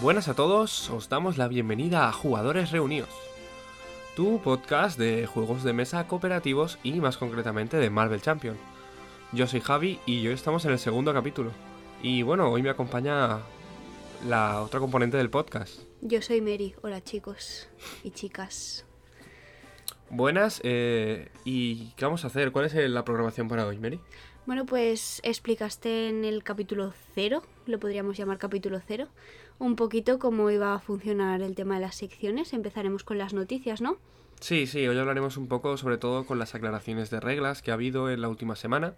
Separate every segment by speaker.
Speaker 1: Buenas a todos, os damos la bienvenida a Jugadores Reunidos, tu podcast de juegos de mesa cooperativos y más concretamente de Marvel Champion. Yo soy Javi y hoy estamos en el segundo capítulo. Y bueno, hoy me acompaña la otra componente del podcast.
Speaker 2: Yo soy Mary, hola chicos y chicas.
Speaker 1: Buenas, eh, ¿y qué vamos a hacer? ¿Cuál es eh, la programación para hoy, Mary?
Speaker 2: Bueno, pues explicaste en el capítulo 0, lo podríamos llamar capítulo 0, un poquito cómo iba a funcionar el tema de las secciones. Empezaremos con las noticias, ¿no?
Speaker 1: Sí, sí, hoy hablaremos un poco sobre todo con las aclaraciones de reglas que ha habido en la última semana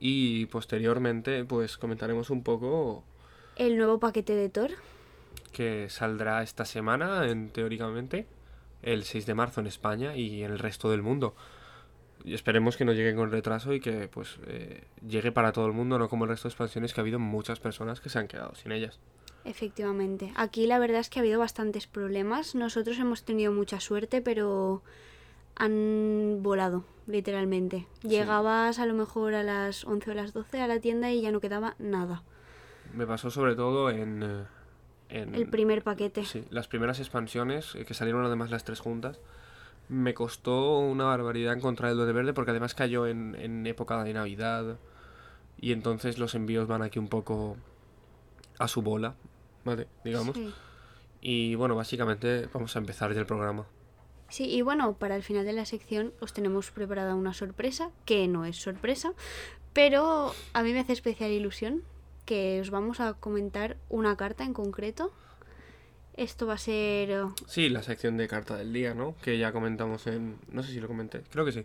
Speaker 1: y posteriormente pues comentaremos un poco
Speaker 2: El nuevo paquete de Thor.
Speaker 1: que saldrá esta semana, en, teóricamente, el 6 de marzo en España y en el resto del mundo. Y esperemos que no llegue con retraso y que pues eh, llegue para todo el mundo, no como el resto de expansiones que ha habido muchas personas que se han quedado sin ellas.
Speaker 2: Efectivamente. Aquí la verdad es que ha habido bastantes problemas. Nosotros hemos tenido mucha suerte, pero han volado, literalmente. Llegabas a lo mejor a las 11 o las 12 a la tienda y ya no quedaba nada.
Speaker 1: Me pasó sobre todo en... eh, en
Speaker 2: El primer paquete.
Speaker 1: Sí, las primeras expansiones, eh, que salieron además las tres juntas, me costó una barbaridad encontrar el Duende Verde porque además cayó en, en época de Navidad y entonces los envíos van aquí un poco a su bola, ¿vale? Digamos.
Speaker 2: Sí.
Speaker 1: Y bueno, básicamente vamos a empezar ya el programa.
Speaker 2: Sí, y bueno, para el final de la sección os tenemos preparada una sorpresa, que no es sorpresa, pero a mí me hace especial ilusión que os vamos a comentar una carta en concreto. Esto va a ser... eh,
Speaker 1: Sí, la sección de carta del día, ¿no? Que ya comentamos en... No sé si lo comenté, creo que sí.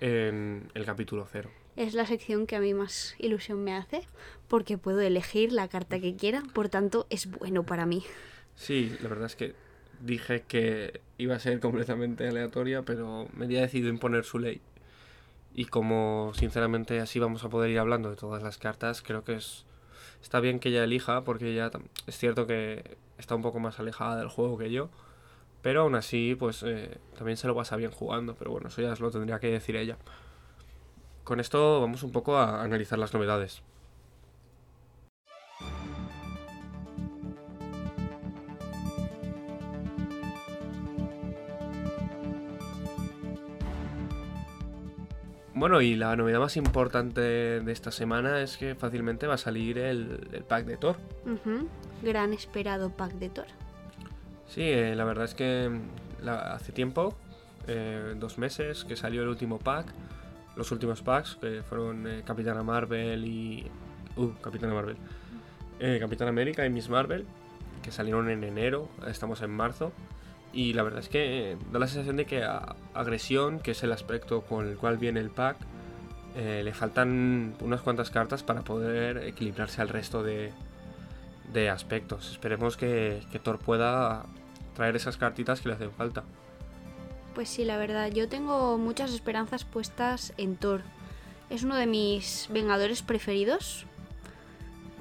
Speaker 1: En el capítulo cero.
Speaker 2: Es la sección que a mí más ilusión me hace, porque puedo elegir la carta que quiera, por tanto es bueno para mí.
Speaker 1: Sí, la verdad es que dije que iba a ser completamente aleatoria, pero me había decidido imponer su ley. Y como sinceramente así vamos a poder ir hablando de todas las cartas, creo que es está bien que ella elija, porque ella tam- es cierto que está un poco más alejada del juego que yo, pero aún así, pues eh, también se lo pasa bien jugando, pero bueno, eso ya os lo tendría que decir ella. Con esto vamos un poco a analizar las novedades. Bueno, y la novedad más importante de esta semana es que fácilmente va a salir el, el pack de Thor.
Speaker 2: Ujú, Gran esperado pack de Thor.
Speaker 1: Sí, eh, la verdad es que mm, la- hace tiempo, eh, dos meses, que salió el último pack, los últimos packs, que fueron eh, Capitana Marvel y... Uh, Capitana Marvel. Eh, Capitán América y Miss Marvel, que salieron en enero, estamos en marzo, y la verdad es que eh, da la sensación de que a Agresión, que es el aspecto con el cual viene el pack, eh, le faltan unas cuantas cartas para poder equilibrarse al resto de, de aspectos. Esperemos que, que Thor pueda traer esas cartitas que le hacen falta.
Speaker 2: Pues sí, la verdad, yo tengo muchas esperanzas puestas en Thor. Es uno de mis Vengadores preferidos.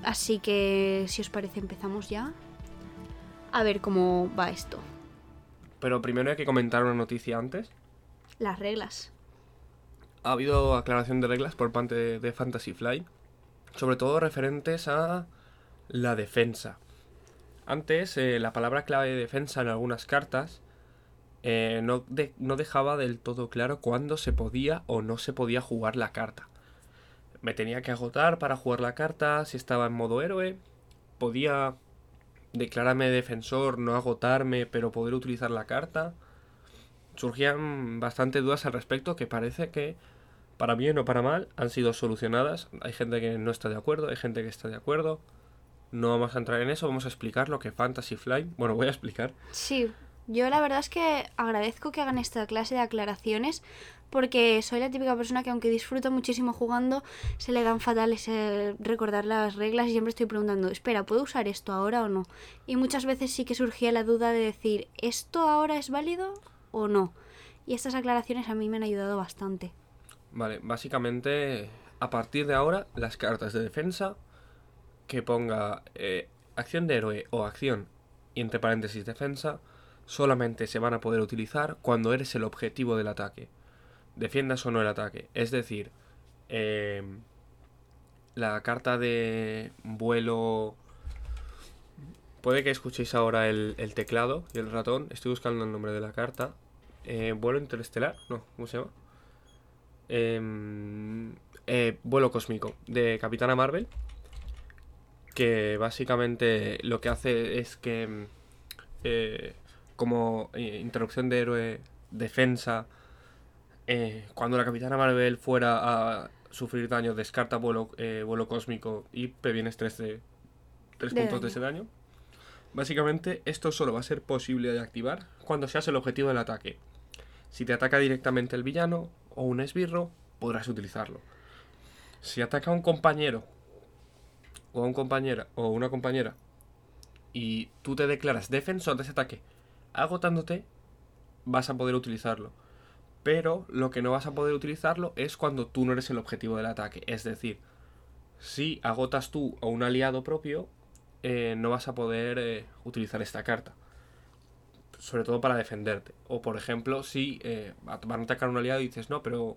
Speaker 2: Así que, si os parece, empezamos ya. A ver cómo va esto.
Speaker 1: Pero primero hay que comentar una noticia antes.
Speaker 2: Las reglas.
Speaker 1: ha habido aclaración de reglas por parte de, de Fantasy Flight, sobre todo referentes a la defensa. Antes, eh, la palabra clave de defensa en algunas cartas eh, no, de- no dejaba del todo claro cuándo se podía o no se podía jugar la carta. Me tenía que agotar para jugar la carta, si estaba en modo héroe, podía declararme defensor, no agotarme, pero poder utilizar la carta surgían bastante dudas al respecto que parece que, para bien o para mal, han sido solucionadas. Hay gente que no está de acuerdo, hay gente que está de acuerdo. No vamos a entrar en eso, vamos a explicar lo que Fantasy Flight. Bueno, voy a explicar.
Speaker 2: Sí, yo la verdad es que agradezco que hagan esta clase de aclaraciones porque soy la típica persona que aunque disfruto muchísimo jugando, se le dan fatales eh, recordar las reglas y siempre estoy preguntando, espera, ¿puedo usar esto ahora o no? Y muchas veces sí que surgía la duda de decir, ¿esto ahora es válido o no? Y estas aclaraciones a mí me han ayudado bastante.
Speaker 1: Vale, básicamente, a partir de ahora, las cartas de defensa que ponga eh, acción de héroe o acción y entre paréntesis defensa solamente se van a poder utilizar cuando eres el objetivo del ataque. Defiendas o no el ataque. Es decir, eh, la carta de vuelo Puede que escuchéis ahora el, el teclado y el ratón. Estoy buscando el nombre de la carta. Eh, vuelo interestelar, no, ¿cómo se llama? Em, eh, vuelo cósmico de Capitana Marvel. Que básicamente lo que hace es que, mm, eh, como eh, interrupción de héroe defensa, eh, cuando la Capitana Marvel fuera a sufrir daño, descarta vuelo, eh, vuelo cósmico y previenes 3, de, tres
Speaker 2: De
Speaker 1: puntos de
Speaker 2: daño.
Speaker 1: ese daño. Básicamente, esto solo va a ser posible de activar cuando seas el objetivo del ataque. Si te ataca directamente el villano o un esbirro, podrás utilizarlo. Si ataca a un compañero o a un compañera o una compañera y tú te declaras defensor de ese ataque, agotándote, vas a poder utilizarlo. Pero lo que no vas a poder utilizarlo es cuando tú no eres el objetivo del ataque. Es decir, si agotas tú a un aliado propio, eh, no vas a poder eh, utilizar esta carta. Sobre todo para defenderte. O por ejemplo, si eh, a- van a atacar a un aliado y dices, no, pero...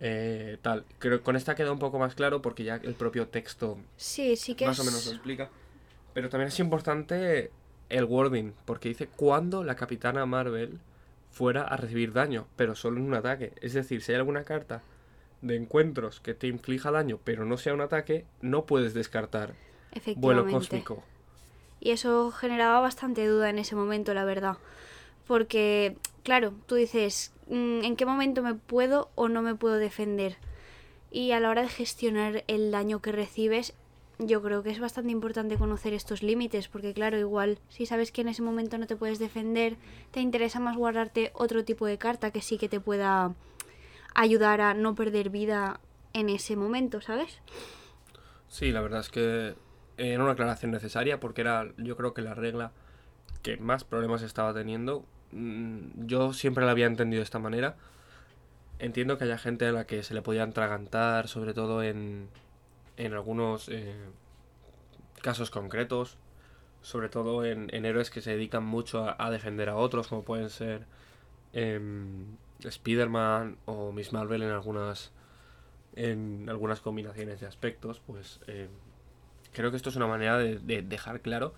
Speaker 1: eh, tal. Creo que con esta queda un poco más claro porque ya el propio texto
Speaker 2: Sí, sí que
Speaker 1: más
Speaker 2: es...
Speaker 1: o menos lo explica. Pero también es importante el wording, porque dice cuando la capitana Marvel fuera a recibir daño, pero solo en un ataque. Es decir, si hay alguna carta de encuentros que te inflija daño, pero no sea un ataque, no puedes descartar
Speaker 2: Efectivamente.
Speaker 1: vuelo cósmico.
Speaker 2: Y eso generaba bastante duda en ese momento, la verdad. Porque, claro, tú dices, mm, ¿en qué momento me puedo o no me puedo defender? Y a la hora de gestionar el daño que recibes, yo creo que es bastante importante conocer estos límites, porque claro, igual si sabes que en ese momento no te puedes defender, te interesa más guardarte otro tipo de carta que sí que te pueda ayudar a no perder vida en ese momento, ¿sabes?
Speaker 1: Sí, la verdad es que era una aclaración necesaria porque era, yo creo que la regla que más problemas estaba teniendo. Mm, Yo siempre la había entendido de esta manera. Entiendo que haya gente a la que se le podía atragantar, sobre todo en, en algunos eh, casos concretos, sobre todo en, en héroes que se dedican mucho a, a defender a otros, como pueden ser em, Spider-Man o Miss Marvel en algunas en algunas combinaciones de aspectos, pues eh, creo que esto es una manera de, de dejar claro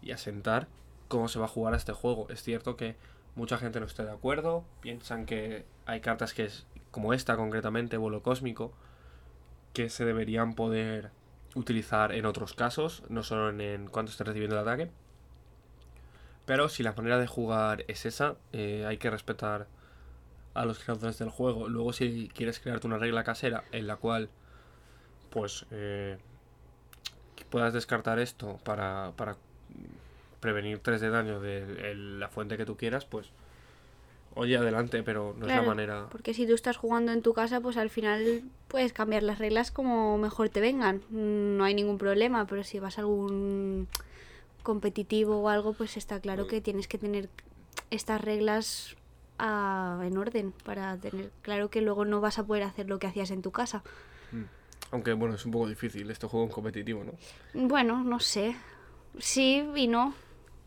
Speaker 1: y asentar cómo se va a jugar a este juego. Es cierto que mucha gente no está de acuerdo, piensan que hay cartas que es como esta concretamente, vuelo cósmico, que se deberían poder utilizar en otros casos, no solo en, en cuando esté recibiendo el ataque. Pero si la manera de jugar es esa, eh, hay que respetar a los creadores del juego. Luego, si quieres crearte una regla casera en la cual, pues, eh, que puedas descartar esto para, para prevenir 3 de daño de el- la fuente que tú quieras, pues, oye, adelante, pero no es
Speaker 2: Claro,
Speaker 1: la manera.
Speaker 2: Porque si tú estás jugando en tu casa, pues al final puedes cambiar las reglas como mejor te vengan. Mm, No hay ningún problema, pero si vas a algún competitivo o algo, pues está claro que tienes que tener estas reglas ah, en orden para tener claro que luego no vas a poder hacer lo que hacías en tu casa.
Speaker 1: Aunque, bueno, es un poco difícil este juego en competitivo, ¿no?
Speaker 2: Bueno, no sé. Sí y no.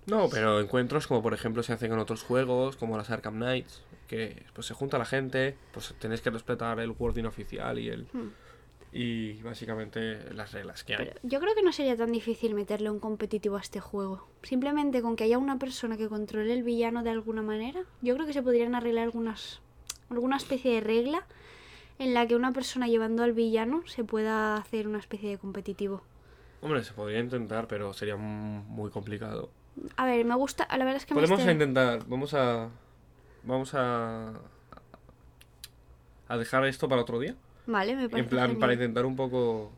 Speaker 1: No, pero encuentros como por ejemplo se hacen con otros juegos, como las Arkham Knights, que pues se junta la gente, pues tenéis que respetar el wording oficial y el
Speaker 2: Hmm.
Speaker 1: y básicamente las reglas que hay.
Speaker 2: Pero yo creo que no sería tan difícil meterle un competitivo a este juego. Simplemente con que haya una persona que controle el villano de alguna manera, yo creo que se podrían arreglar algunas alguna especie de regla en la que una persona llevando al villano se pueda hacer una especie de competitivo.
Speaker 1: Hombre, se podría intentar, pero sería mm, muy complicado.
Speaker 2: A ver, me gusta, la verdad es que me
Speaker 1: Podemos
Speaker 2: este-
Speaker 1: intentar, vamos a vamos a a dejar esto para otro día,
Speaker 2: Vale, me parece
Speaker 1: en plan para
Speaker 2: genial.
Speaker 1: intentar un poco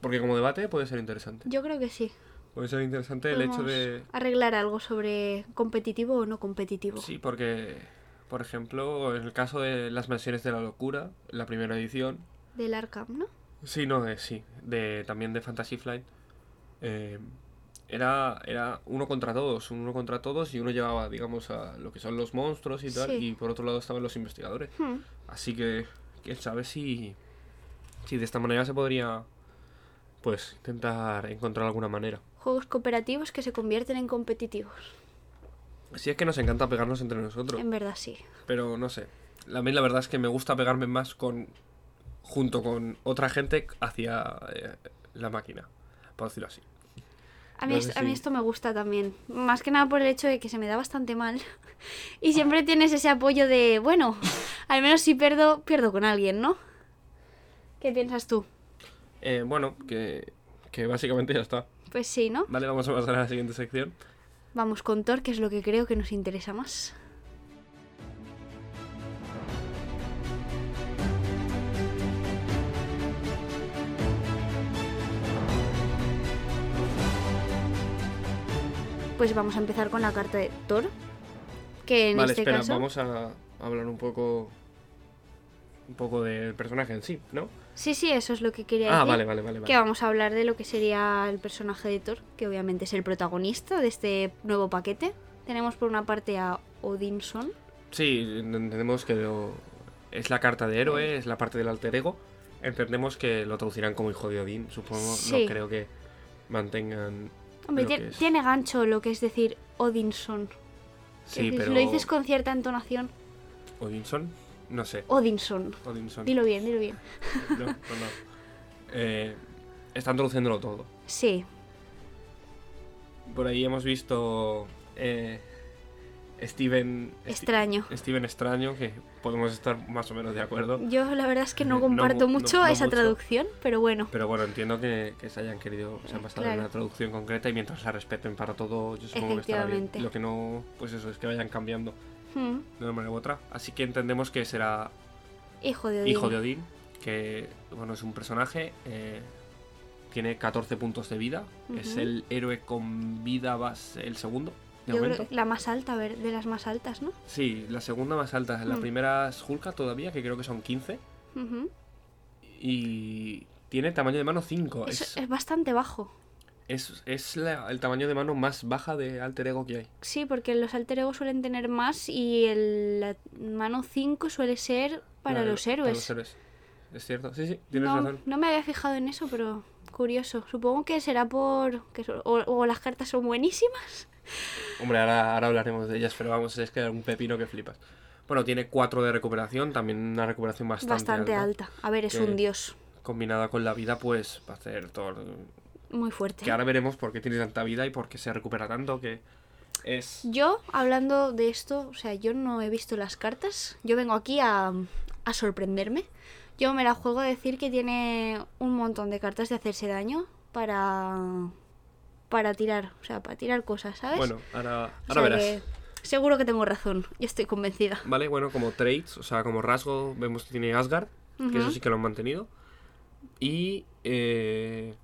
Speaker 1: porque como debate puede ser interesante.
Speaker 2: Yo creo que sí.
Speaker 1: Puede ser interesante el hecho
Speaker 2: Podemos
Speaker 1: de
Speaker 2: arreglar algo sobre competitivo o no competitivo.
Speaker 1: Sí, porque, por ejemplo, en el caso de Las Mansiones de la Locura, la primera edición,
Speaker 2: Del Arkham, ¿no?
Speaker 1: sí, no, de, sí, de, también de Fantasy Flight, eh, era, era uno contra todos, uno contra todos y uno llevaba, digamos, a lo que son los monstruos y tal,
Speaker 2: Sí.
Speaker 1: y por otro lado estaban los investigadores.
Speaker 2: Hmm.
Speaker 1: Así que, quién sabe si, si de esta manera se podría, pues, intentar encontrar alguna manera.
Speaker 2: Juegos cooperativos que se convierten en competitivos.
Speaker 1: Si es que nos encanta pegarnos entre nosotros.
Speaker 2: En verdad sí.
Speaker 1: Pero no sé. A mí la verdad es que me gusta pegarme más con. junto con otra gente hacia eh, la máquina. Por decirlo así.
Speaker 2: A mí,
Speaker 1: No
Speaker 2: es-
Speaker 1: sé
Speaker 2: a mí
Speaker 1: si-
Speaker 2: esto me gusta también. Más que nada por el hecho de que se me da bastante mal. Y siempre tienes ese apoyo de, bueno, al menos si pierdo, pierdo con alguien, ¿no? ¿Qué piensas tú?
Speaker 1: Eh, bueno, que, que básicamente ya está.
Speaker 2: Pues sí, ¿no?
Speaker 1: Vale, vamos a pasar a la siguiente sección.
Speaker 2: Vamos con Thor, que es lo que creo que nos interesa más. Pues vamos a empezar con la carta de Thor, que en
Speaker 1: vale,
Speaker 2: este
Speaker 1: espera,
Speaker 2: caso...
Speaker 1: vamos a hablar un poco un poco del personaje en sí, ¿no?
Speaker 2: Sí, sí, eso es lo que quería
Speaker 1: Ah,
Speaker 2: decir.
Speaker 1: vale, vale, vale. vale.
Speaker 2: Que vamos a hablar de lo que sería el personaje de Thor, que obviamente es el protagonista de este nuevo paquete. Tenemos por una parte a Odinson,
Speaker 1: Sí, entendemos que lo- es la carta de héroe, es la parte del alter ego. Entendemos que lo traducirán como hijo de Odín, supongo.
Speaker 2: Sí.
Speaker 1: No creo que mantengan.
Speaker 2: Hombre,
Speaker 1: lo que
Speaker 2: tie-
Speaker 1: es.
Speaker 2: tiene gancho lo que es decir Odinson.
Speaker 1: Sí,
Speaker 2: Dices-
Speaker 1: pero.
Speaker 2: eh, Lo dices con cierta entonación.
Speaker 1: Odinson? No sé.
Speaker 2: Odinson.
Speaker 1: Odinson.
Speaker 2: Dilo bien, dilo bien.
Speaker 1: No, no, no. Eh, están traduciéndolo todo.
Speaker 2: Sí,
Speaker 1: Por ahí hemos visto. eh, Steven. Sti-
Speaker 2: extraño.
Speaker 1: Steven Extraño, que podemos estar más o menos de acuerdo.
Speaker 2: Yo la verdad es que no
Speaker 1: No
Speaker 2: comparto
Speaker 1: mu- no-
Speaker 2: mucho
Speaker 1: no
Speaker 2: esa
Speaker 1: mucho.
Speaker 2: traducción, pero bueno.
Speaker 1: Pero bueno, entiendo que, que se hayan querido, se han basado en
Speaker 2: Claro.
Speaker 1: una traducción concreta y mientras la respeten para todo, yo supongo que estará bien.
Speaker 2: Efectivamente.
Speaker 1: Lo que no, pues eso, es que vayan cambiando
Speaker 2: Mm,
Speaker 1: de una manera u otra. Así que entendemos que será
Speaker 2: Hijo de Odin.
Speaker 1: hijo de Odín, que, bueno, es un personaje, eh, tiene 14 puntos de vida, es
Speaker 2: Ujú.
Speaker 1: el héroe con vida, más el segundo, de
Speaker 2: Yo
Speaker 1: momento.
Speaker 2: creo que la más alta, a ver, de las más altas, ¿no?
Speaker 1: Sí, la segunda más alta, la
Speaker 2: Mm.
Speaker 1: primera es Hulka todavía, que creo que son 15,
Speaker 2: Ujú.
Speaker 1: y tiene tamaño de mano 5.
Speaker 2: Eso
Speaker 1: es-
Speaker 2: es bastante bajo.
Speaker 1: Es, es la- el tamaño de mano más baja de alter ego que hay.
Speaker 2: Sí, porque los alter egos suelen tener más y el la mano 5 suele ser para
Speaker 1: La-
Speaker 2: los
Speaker 1: Para
Speaker 2: héroes.
Speaker 1: los héroes. Es cierto. Sí, sí, tienes
Speaker 2: no,
Speaker 1: razón.
Speaker 2: no me había fijado en eso, pero curioso. Supongo que será por... Que so- o, o las cartas son buenísimas.
Speaker 1: Hombre, ahora, ahora hablaremos de ellas, pero vamos, es que era un pepino que flipas. Bueno, tiene 4 de recuperación, también una recuperación bastante,
Speaker 2: Bastante,
Speaker 1: alta.
Speaker 2: alta. A ver, es
Speaker 1: Que-
Speaker 2: un dios
Speaker 1: Combinada con la vida, pues va a hacer todo.
Speaker 2: muy fuerte.
Speaker 1: Que ahora veremos por qué tiene tanta vida y por qué se recupera tanto, que es...
Speaker 2: Yo, hablando de esto, o sea, yo no he visto las cartas. Yo vengo aquí a, a sorprenderme. Yo me la juego a decir que tiene un montón de cartas de hacerse daño para... Para tirar, o sea, para tirar cosas, ¿sabes?
Speaker 1: Bueno, ahora,
Speaker 2: O
Speaker 1: ahora
Speaker 2: sea
Speaker 1: verás.
Speaker 2: que seguro que tengo razón, yo estoy convencida.
Speaker 1: Vale, bueno, como traits, o sea, como rasgo, vemos que tiene Asgard, que eso
Speaker 2: Ujú.
Speaker 1: sí que lo han mantenido. Y eh,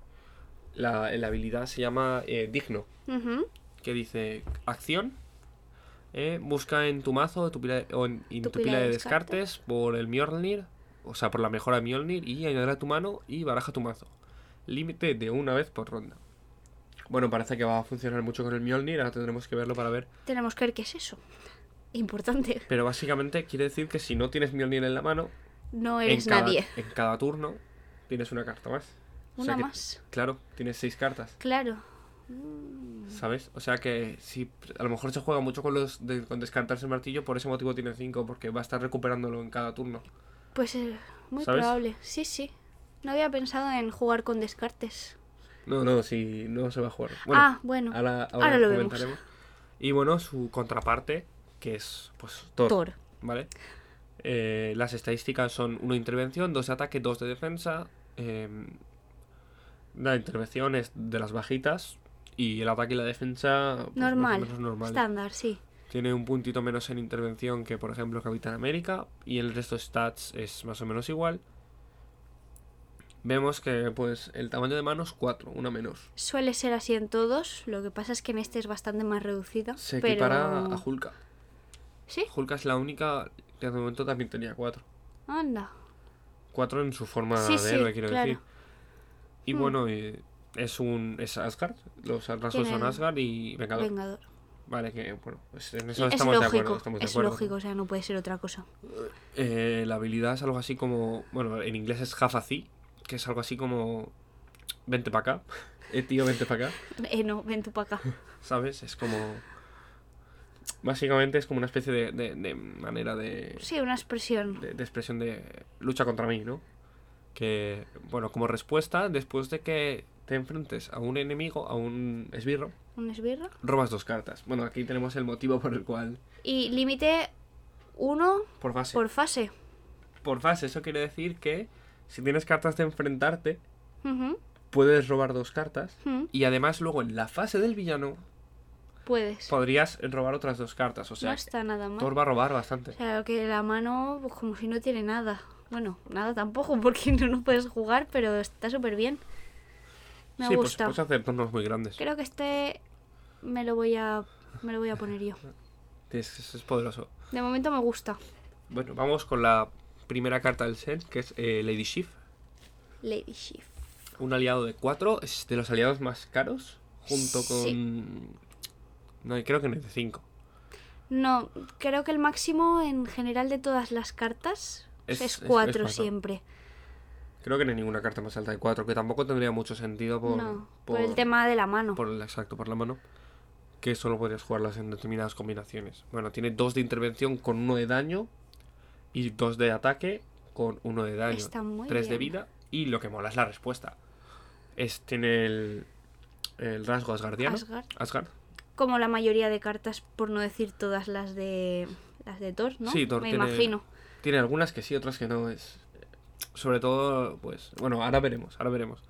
Speaker 1: la, la habilidad se llama eh, Digno,
Speaker 2: Ujú.
Speaker 1: que dice acción. eh, busca en tu mazo tu pila- o en, en tu pila de
Speaker 2: descarte.
Speaker 1: descartes por el Mjolnir, o sea, por la mejora Mjolnir, y añadirá tu mano y baraja tu mazo. Límite de una vez por ronda. Bueno, parece que va a funcionar mucho con el Mjolnir, ahora tendremos que verlo para ver.
Speaker 2: Tenemos que ver qué es eso. Importante.
Speaker 1: Pero básicamente quiere decir que si no tienes Mjolnir en la mano,
Speaker 2: No
Speaker 1: en
Speaker 2: eres
Speaker 1: cada,
Speaker 2: nadie.
Speaker 1: en cada turno tienes una carta más. O sea
Speaker 2: Una
Speaker 1: que-
Speaker 2: más.
Speaker 1: Claro, tienes seis cartas,
Speaker 2: Claro. Mm.
Speaker 1: ¿sabes? O sea que si a lo mejor se juega mucho con los de- con descartarse el martillo, por ese motivo tiene cinco, porque va a estar recuperándolo en cada turno.
Speaker 2: Pues eh, muy
Speaker 1: ¿Sabes?
Speaker 2: probable. Sí, sí. No había pensado en jugar con descartes.
Speaker 1: No, no, si no se va a jugar. Bueno,
Speaker 2: ah, bueno.
Speaker 1: ahora, ahora
Speaker 2: ahora lo vemos.
Speaker 1: comentaremos. Y bueno, su contraparte, que es pues Thor,
Speaker 2: Thor.
Speaker 1: ¿vale? Eh, las estadísticas son 1 intervención, 2 de ataque, 2 de defensa. em, la intervención es de las bajitas y el ataque y la defensa pues, más o
Speaker 2: Normal.
Speaker 1: menos normal.
Speaker 2: Estándar, sí.
Speaker 1: Tiene un puntito menos en intervención que por ejemplo Capitán América y el resto de stats es más o menos igual. Vemos que pues el tamaño de manos 4, una menos.
Speaker 2: Suele ser así en todos. Lo que pasa es que en este es bastante más reducida.
Speaker 1: Se
Speaker 2: pero...
Speaker 1: equipara a Hulka.
Speaker 2: Sí,
Speaker 1: Hulka es la única que de momento también tenía 4.
Speaker 2: anda.
Speaker 1: 4 en su forma
Speaker 2: Sí,
Speaker 1: de
Speaker 2: sí,
Speaker 1: héroe, quiero
Speaker 2: claro.
Speaker 1: decir. Y
Speaker 2: Hmm.
Speaker 1: bueno, eh, es un es Asgard, los rasgos son
Speaker 2: Tiene-
Speaker 1: Asgard y Vengador.
Speaker 2: Vengador.
Speaker 1: Vale, que bueno, pues en eso
Speaker 2: es
Speaker 1: estamos de
Speaker 2: lógico.
Speaker 1: acuerdo, estamos de
Speaker 2: es
Speaker 1: acuerdo.
Speaker 2: lógico, o sea, no puede ser otra cosa.
Speaker 1: Eh, la habilidad es algo así como. Bueno, en inglés es half a C, que es algo así como. Vente para acá. Eh, tío, vente para acá.
Speaker 2: Eh, no, ven tú para acá.
Speaker 1: ¿Sabes? Es como. Básicamente es como una especie de, de- de manera de,
Speaker 2: Sí, una expresión.
Speaker 1: de- de expresión de lucha contra mí, ¿no? Que, bueno, como respuesta, después de que te enfrentes a un enemigo, a un esbirro,
Speaker 2: ¿Un esbirro?
Speaker 1: robas dos cartas. Bueno, aquí tenemos el motivo por el cual.
Speaker 2: Y límite 1
Speaker 1: Por fase.
Speaker 2: por fase.
Speaker 1: por fase, eso quiere decir que si tienes cartas de enfrentarte,
Speaker 2: Ujú,
Speaker 1: puedes robar dos cartas.
Speaker 2: ujú.
Speaker 1: Y además, luego en la fase del villano,
Speaker 2: Puedes.
Speaker 1: podrías robar otras dos cartas. O
Speaker 2: no
Speaker 1: sea,
Speaker 2: está nada mal.
Speaker 1: Thor va a robar
Speaker 2: O
Speaker 1: bastante.
Speaker 2: sea, que la mano pues, como si no tiene nada. Bueno, nada tampoco, porque no, no puedes jugar, pero está súper bien. Me
Speaker 1: sí,
Speaker 2: gusta.
Speaker 1: pues puedes hacer turnos muy grandes.
Speaker 2: Creo que este me lo voy a me lo voy a poner yo.
Speaker 1: Es, es- es poderoso.
Speaker 2: De momento me gusta.
Speaker 1: Bueno, vamos con la primera carta del set, que es eh, Lady Shift.
Speaker 2: Lady Shift.
Speaker 1: Un aliado de cuatro, es de los aliados más caros, junto
Speaker 2: Sí.
Speaker 1: con... No, creo que no es de cinco.
Speaker 2: No, creo que el máximo en general de todas las cartas
Speaker 1: Es-
Speaker 2: es,
Speaker 1: es- es
Speaker 2: 4
Speaker 1: cuatro.
Speaker 2: siempre.
Speaker 1: Creo que no hay ninguna carta más alta de cuatro, que tampoco tendría mucho sentido por...
Speaker 2: no, por, el tema de la mano.
Speaker 1: Por el exacto, por la mano. Que solo podrías jugarlas en determinadas combinaciones. Bueno, tiene dos de intervención con uno de daño y dos de ataque con uno de daño.
Speaker 2: Está muy
Speaker 1: tres de
Speaker 2: bien.
Speaker 1: vida y lo que mola es la respuesta. Es, tiene el, el rasgo asgardiano.
Speaker 2: Asgard.
Speaker 1: Asgard.
Speaker 2: Como la mayoría de cartas, por no decir todas las de las de Thor, ¿no?
Speaker 1: Sí, Thor
Speaker 2: me
Speaker 1: tiene-
Speaker 2: imagino.
Speaker 1: Tiene algunas que sí, otras que no. Es sobre todo, pues, bueno, ahora veremos, ahora veremos.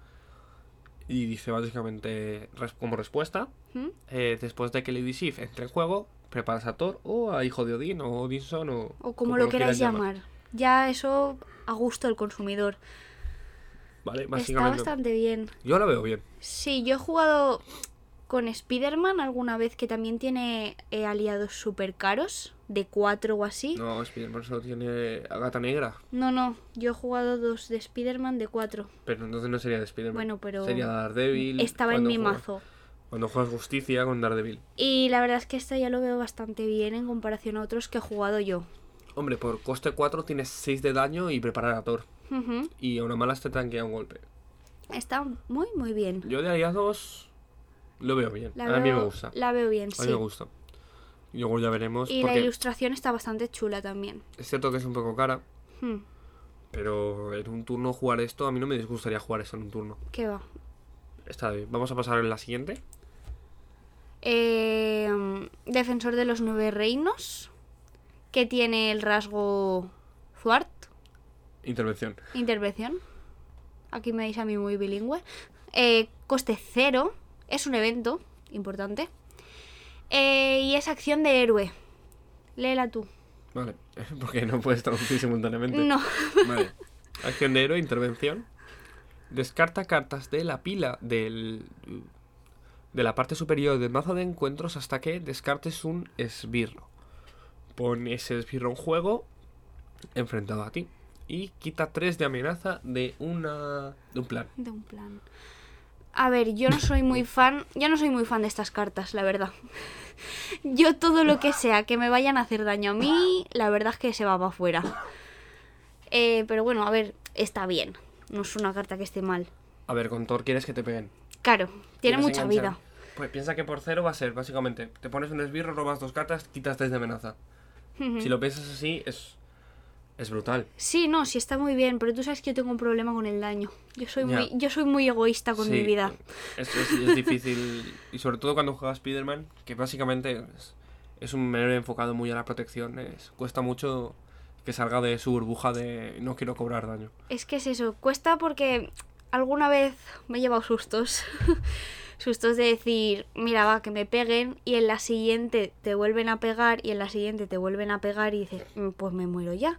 Speaker 1: Y dice básicamente res- como respuesta,
Speaker 2: ¿Mm?
Speaker 1: eh, después de que Lady Sif entre en juego, preparas a Thor o a hijo de Odín o Odinson o
Speaker 2: O como lo queráis llamar. Ya eso a gusto del consumidor.
Speaker 1: Vale,
Speaker 2: Está
Speaker 1: básicamente.
Speaker 2: bastante bien.
Speaker 1: Yo la veo bien.
Speaker 2: Sí, yo he jugado con Spider-Man alguna vez que también tiene eh, aliados súper caros, de 4 o así.
Speaker 1: No, Spider-Man solo tiene a Gata Negra,
Speaker 2: No, no, yo he jugado dos de Spider-Man de 4.
Speaker 1: pero entonces no sería de Spider-Man.
Speaker 2: Bueno, pero
Speaker 1: Sería Daredevil.
Speaker 2: Estaba en
Speaker 1: cuando
Speaker 2: mi
Speaker 1: juegas-
Speaker 2: mazo.
Speaker 1: Cuando juegas Justicia con Daredevil.
Speaker 2: Y la verdad es que esta ya lo veo bastante bien en comparación a otros que he jugado yo.
Speaker 1: Hombre, por coste 4 tienes 6 de daño y preparar a Thor.
Speaker 2: Ujú.
Speaker 1: Y a una mala te tanquea un golpe.
Speaker 2: Está muy, muy bien.
Speaker 1: Yo de aliados lo veo bien.
Speaker 2: La
Speaker 1: a mí
Speaker 2: veo-
Speaker 1: me gusta.
Speaker 2: La veo bien,
Speaker 1: A mí me
Speaker 2: sí.
Speaker 1: gusta. Y luego ya veremos.
Speaker 2: Y la
Speaker 1: porque
Speaker 2: ilustración está bastante chula también.
Speaker 1: es cierto que es un poco cara,
Speaker 2: Hmm,
Speaker 1: pero en un turno jugar esto, a mí no me disgustaría jugar esto en un turno.
Speaker 2: ¿Qué va?
Speaker 1: Está bien. Vamos a pasar a la siguiente.
Speaker 2: Eh, defensor de los nueve reinos, que tiene el rasgo Zuart,
Speaker 1: Intervención.
Speaker 2: intervención. Aquí me veis a mí muy bilingüe. Eh, coste cero, es un evento importante. Eh, y es acción de héroe. Léela tú.
Speaker 1: Vale, porque no puedes traducir simultáneamente.
Speaker 2: No,
Speaker 1: Vale. Acción de héroe, intervención. Descarta cartas de la pila del, de la parte superior del mazo de encuentros hasta que descartes un esbirro. Pon ese esbirro en juego enfrentado a ti. Y quita 3 de amenaza de una de un plan.
Speaker 2: de un plan. A ver, yo no soy muy fan, yo no soy muy fan de estas cartas, la verdad. Yo todo lo que sea que me vayan a hacer daño a mí, la verdad es que se va para afuera. Eh, pero bueno, a ver, está bien. No es una carta que esté mal.
Speaker 1: A ver, con Thor quieres que te peguen.
Speaker 2: Claro, tiene
Speaker 1: Quieres
Speaker 2: mucha
Speaker 1: enganchar.
Speaker 2: vida.
Speaker 1: Pues piensa que por cero va a ser, básicamente. Te pones un esbirro, robas dos cartas, quitas 3 de amenaza.
Speaker 2: Ujú.
Speaker 1: Si lo piensas así, es, es brutal.
Speaker 2: Sí, no, sí está muy bien, pero tú sabes que yo tengo un problema con el daño. Yo soy
Speaker 1: Ya.
Speaker 2: muy, yo soy muy egoísta con
Speaker 1: Sí,
Speaker 2: mi vida.
Speaker 1: Es, es- es difícil. Y sobre todo cuando juega Spider-Man, que básicamente es, es un héroe enfocado muy a la protección. es- cuesta mucho que salga de su burbuja de no quiero cobrar daño.
Speaker 2: Es que es eso, cuesta porque alguna vez me he llevado sustos. sustos de decir, mira, va, que me peguen y en la siguiente te vuelven a pegar y en la siguiente te vuelven a pegar y dices, "Mm, pues me muero ya.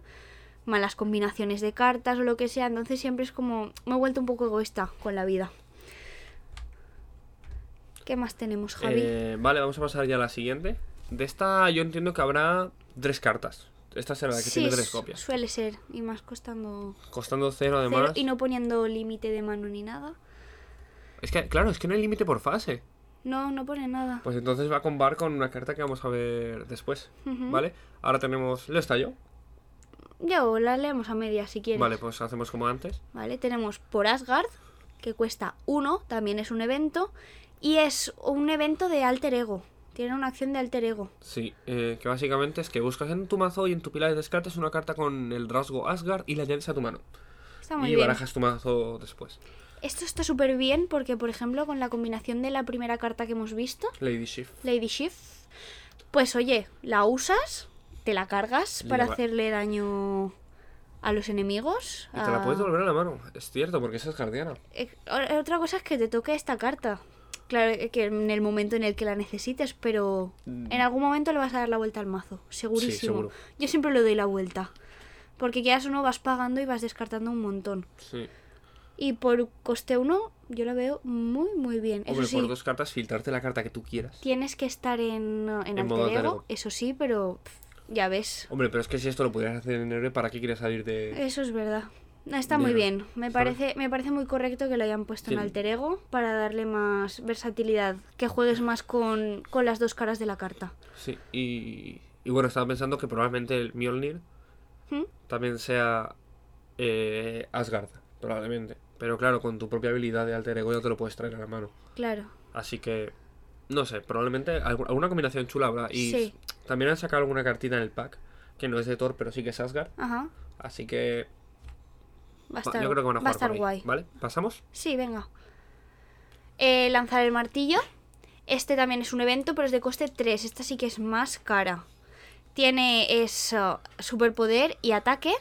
Speaker 2: Malas combinaciones de cartas o lo que sea, entonces siempre es como, me he vuelto un poco egoísta con la vida. ¿Qué más tenemos, Javi?
Speaker 1: Eh, vale, vamos a pasar ya a la siguiente. De esta yo entiendo que habrá tres cartas. Esta será la que
Speaker 2: Sí,
Speaker 1: tiene tres
Speaker 2: su-
Speaker 1: copias.
Speaker 2: suele ser, y más costando
Speaker 1: Costando cero
Speaker 2: cero
Speaker 1: además.
Speaker 2: y no poniendo límite de mano ni nada.
Speaker 1: Es que, claro, es que no hay límite por fase.
Speaker 2: No, no pone nada.
Speaker 1: Pues entonces va a combar con una carta que vamos a ver después.
Speaker 2: Ujú.
Speaker 1: ¿Vale? Ahora tenemos... ¿Lo está yo?
Speaker 2: Yo la leemos a media si quieres.
Speaker 1: Vale, pues hacemos como antes.
Speaker 2: Vale, tenemos por Asgard, que cuesta 1, también es un evento, y es un evento de alter ego. Tiene una acción de alter ego.
Speaker 1: Sí, eh, que básicamente es que buscas en tu mazo y en tu pila de descartes una carta con el rasgo Asgard y la añades a tu mano.
Speaker 2: Está muy
Speaker 1: y
Speaker 2: bien.
Speaker 1: barajas tu mazo después.
Speaker 2: Esto está súper bien porque, por ejemplo, con la combinación de la primera carta que hemos visto,
Speaker 1: Lady Shift.
Speaker 2: Lady Shift, pues oye, la usas, te la cargas
Speaker 1: Y
Speaker 2: para
Speaker 1: la va-
Speaker 2: hacerle daño a los enemigos.
Speaker 1: Y te la
Speaker 2: a-
Speaker 1: puedes devolver a la mano. Es cierto, porque esa es guardiana.
Speaker 2: Eh, o- Otra cosa es que te toque esta carta. Claro, eh, que en el momento en el que la necesites, pero en algún momento le vas a dar la vuelta al mazo, segurísimo.
Speaker 1: Mm. seguro.
Speaker 2: Yo siempre le doy la vuelta. Porque quieras o no, vas pagando y vas descartando un montón.
Speaker 1: Sí.
Speaker 2: Y por coste uno, yo la veo muy, muy bien. Eso
Speaker 1: Hombre,
Speaker 2: sí,
Speaker 1: por dos cartas, filtrarte la carta que tú quieras.
Speaker 2: tienes que estar en, eh, en
Speaker 1: En modo
Speaker 2: alter
Speaker 1: alter
Speaker 2: ego,
Speaker 1: ego.
Speaker 2: eso sí, pero pff, ya ves.
Speaker 1: Hombre, pero es que si esto lo pudieras hacer en Ebre, ¿para qué quieres salir de...?
Speaker 2: Eso es verdad. Está
Speaker 1: Bien.
Speaker 2: muy bien. Me
Speaker 1: Está bien.
Speaker 2: parece, me parece muy correcto que lo hayan puesto en
Speaker 1: Sí.
Speaker 2: alter ego para darle más versatilidad, que juegues más con, con las dos caras de la carta.
Speaker 1: Sí, y... Y bueno, estaba pensando que probablemente el Mjolnir
Speaker 2: ¿Mm?
Speaker 1: también sea eh, Asgard, probablemente. Pero claro, con tu propia habilidad de alter ego ya te lo puedes traer a la mano.
Speaker 2: Claro.
Speaker 1: Así que, no sé, probablemente algu- alguna combinación chula habrá. Y
Speaker 2: Sí.
Speaker 1: también han sacado alguna cartita en el pack, que no es de Thor, pero sí que es Asgard.
Speaker 2: Ajá.
Speaker 1: Así que
Speaker 2: Va
Speaker 1: va-
Speaker 2: a estar,
Speaker 1: yo creo que van a
Speaker 2: va a
Speaker 1: jugar
Speaker 2: estar
Speaker 1: por ahí,
Speaker 2: guay.
Speaker 1: ¿Vale? ¿Pasamos?
Speaker 2: Sí, venga. Eh, lanzar el martillo. Este también es un evento, pero es de coste 3. Esta sí que es más cara. Tiene eso, superpoder y ataque.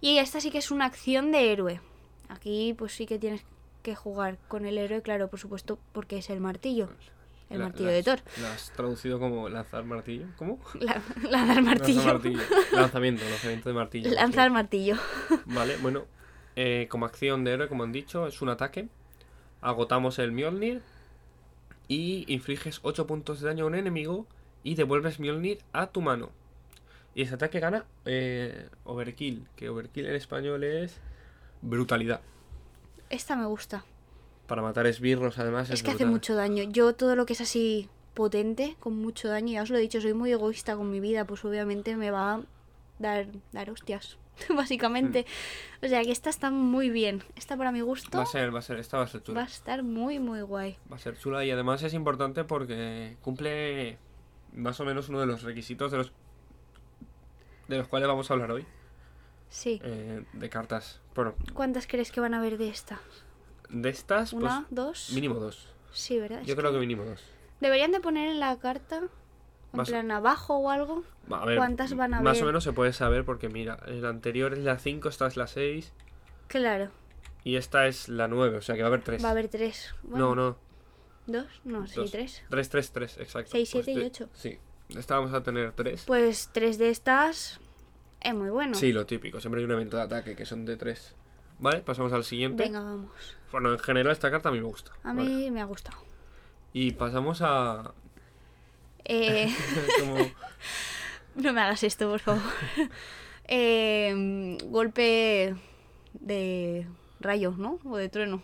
Speaker 2: Y esta sí que es una acción de héroe. Aquí pues sí que tienes que jugar con el héroe, claro, por supuesto, porque es el martillo. El
Speaker 1: La-
Speaker 2: martillo
Speaker 1: la
Speaker 2: de
Speaker 1: has-
Speaker 2: Thor.
Speaker 1: La has traducido como lanzar martillo. ¿Cómo?
Speaker 2: La- lanzar martillo.
Speaker 1: Lanzar martillo. Lanzamiento, lanzamiento de martillo.
Speaker 2: Lanzar
Speaker 1: sí.
Speaker 2: martillo.
Speaker 1: Vale, bueno. eh, como acción de héroe, como han dicho, es un ataque. Agotamos el Mjolnir. Y infliges 8 puntos de daño a un enemigo. Y devuelves Mjolnir a tu mano. Y ese ataque gana eh, Overkill. Que Overkill en español es. Brutalidad.
Speaker 2: Esta me gusta.
Speaker 1: Para matar esbirros, además.
Speaker 2: Es que hace
Speaker 1: brutal.
Speaker 2: mucho daño. Yo todo lo que es así potente, con mucho daño, ya os lo he dicho, soy muy egoísta con mi vida, pues obviamente me va a dar, dar hostias, básicamente. O sea que esta está muy bien. Esta para mi gusto
Speaker 1: Hmm. Va a ser, va a ser. Esta va a ser chula.
Speaker 2: va a estar muy, muy guay.
Speaker 1: Va a ser chula y además es importante porque cumple más o menos uno de los requisitos de los de los cuales vamos a hablar hoy.
Speaker 2: Sí.
Speaker 1: eh, de cartas. Bueno,
Speaker 2: ¿Cuántas crees que van a haber de esta?
Speaker 1: de estas, pues
Speaker 2: ¿Una? ¿Dos?
Speaker 1: mínimo dos.
Speaker 2: Sí, ¿verdad?
Speaker 1: Yo
Speaker 2: Es
Speaker 1: creo
Speaker 2: que
Speaker 1: que mínimo dos.
Speaker 2: Deberían de poner en la carta, en
Speaker 1: Vas-
Speaker 2: plan abajo o algo.
Speaker 1: Va, A ver,
Speaker 2: ¿Cuántas van a
Speaker 1: Más
Speaker 2: haber?
Speaker 1: o menos se puede saber porque mira, la anterior es la 5, esta es la 6
Speaker 2: Claro,
Speaker 1: y esta es la 9, o sea que va a haber 3.
Speaker 2: va a haber tres.
Speaker 1: no,
Speaker 2: Bueno,
Speaker 1: no,
Speaker 2: ¿Dos? No, sí,
Speaker 1: dos.
Speaker 2: tres.
Speaker 1: 3, 3, 3, exacto. Pues
Speaker 2: Seis, siete y
Speaker 1: de-
Speaker 2: ocho.
Speaker 1: Sí, esta vamos a tener 3.
Speaker 2: Pues tres de estas es muy bueno.
Speaker 1: Sí, lo típico, siempre hay un evento de ataque que son de 3. Vale, pasamos al siguiente.
Speaker 2: Venga, vamos.
Speaker 1: Bueno, en general esta carta a mí me gusta.
Speaker 2: A
Speaker 1: Vale.
Speaker 2: mí me ha gustado.
Speaker 1: Y pasamos a...
Speaker 2: Eh,
Speaker 1: como-
Speaker 2: no me hagas esto, por favor. Eh, golpe de rayo, ¿no? O de trueno.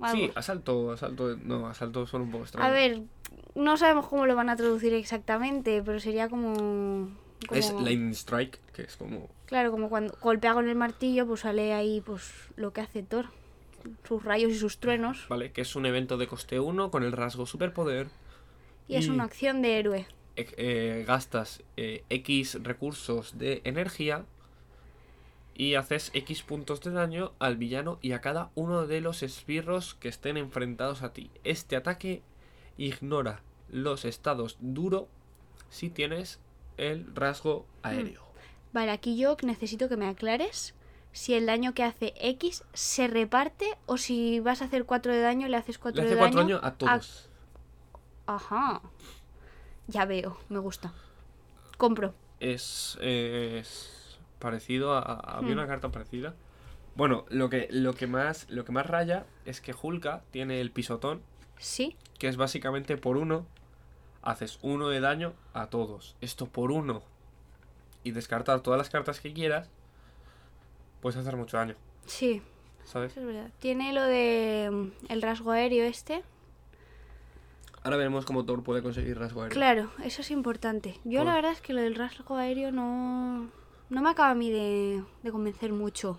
Speaker 2: Algo.
Speaker 1: Sí, asalto, asalto... No, asalto son un poco extraños.
Speaker 2: a ver, no sabemos cómo lo van a traducir exactamente, pero sería como... como-
Speaker 1: Es Lightning Strike, que es como...
Speaker 2: Claro, como cuando golpea con el martillo, pues sale ahí pues lo que hace Thor. Sus rayos y sus truenos.
Speaker 1: Vale, que es un evento de coste 1 con el rasgo superpoder.
Speaker 2: Y es
Speaker 1: Y-
Speaker 2: una acción de héroe.
Speaker 1: Ex- eh, gastas eh, X recursos de energía y haces X puntos de daño al villano y a cada uno de los esbirros que estén enfrentados a ti. Este ataque ignora los estados duro si tienes el rasgo
Speaker 2: Hmm.
Speaker 1: aéreo.
Speaker 2: Vale, aquí yo necesito que me aclares si el daño que hace X se reparte o si vas a hacer 4 de daño, le haces 4
Speaker 1: Le hace
Speaker 2: de
Speaker 1: 4
Speaker 2: daño. Ah,
Speaker 1: daño a todos.
Speaker 2: Ajá. Ya veo, me gusta. Compro.
Speaker 1: Es, es parecido a, a- había
Speaker 2: Hmm.
Speaker 1: una carta parecida. Bueno, lo que, lo que más lo que más raya es que Hulka tiene el pisotón
Speaker 2: Sí,
Speaker 1: que es básicamente por uno, haces uno de daño a todos. Esto por uno. Y descartar todas las cartas que quieras, puedes hacer mucho daño,
Speaker 2: sí,
Speaker 1: ¿sabes?
Speaker 2: eso es verdad. Tiene lo de mm, el rasgo aéreo este.
Speaker 1: Ahora veremos cómo Thor puede conseguir rasgo aéreo.
Speaker 2: Claro, eso es importante. Yo la
Speaker 1: Por-
Speaker 2: verdad es que lo del rasgo aéreo no no me acaba a mí de, de convencer mucho.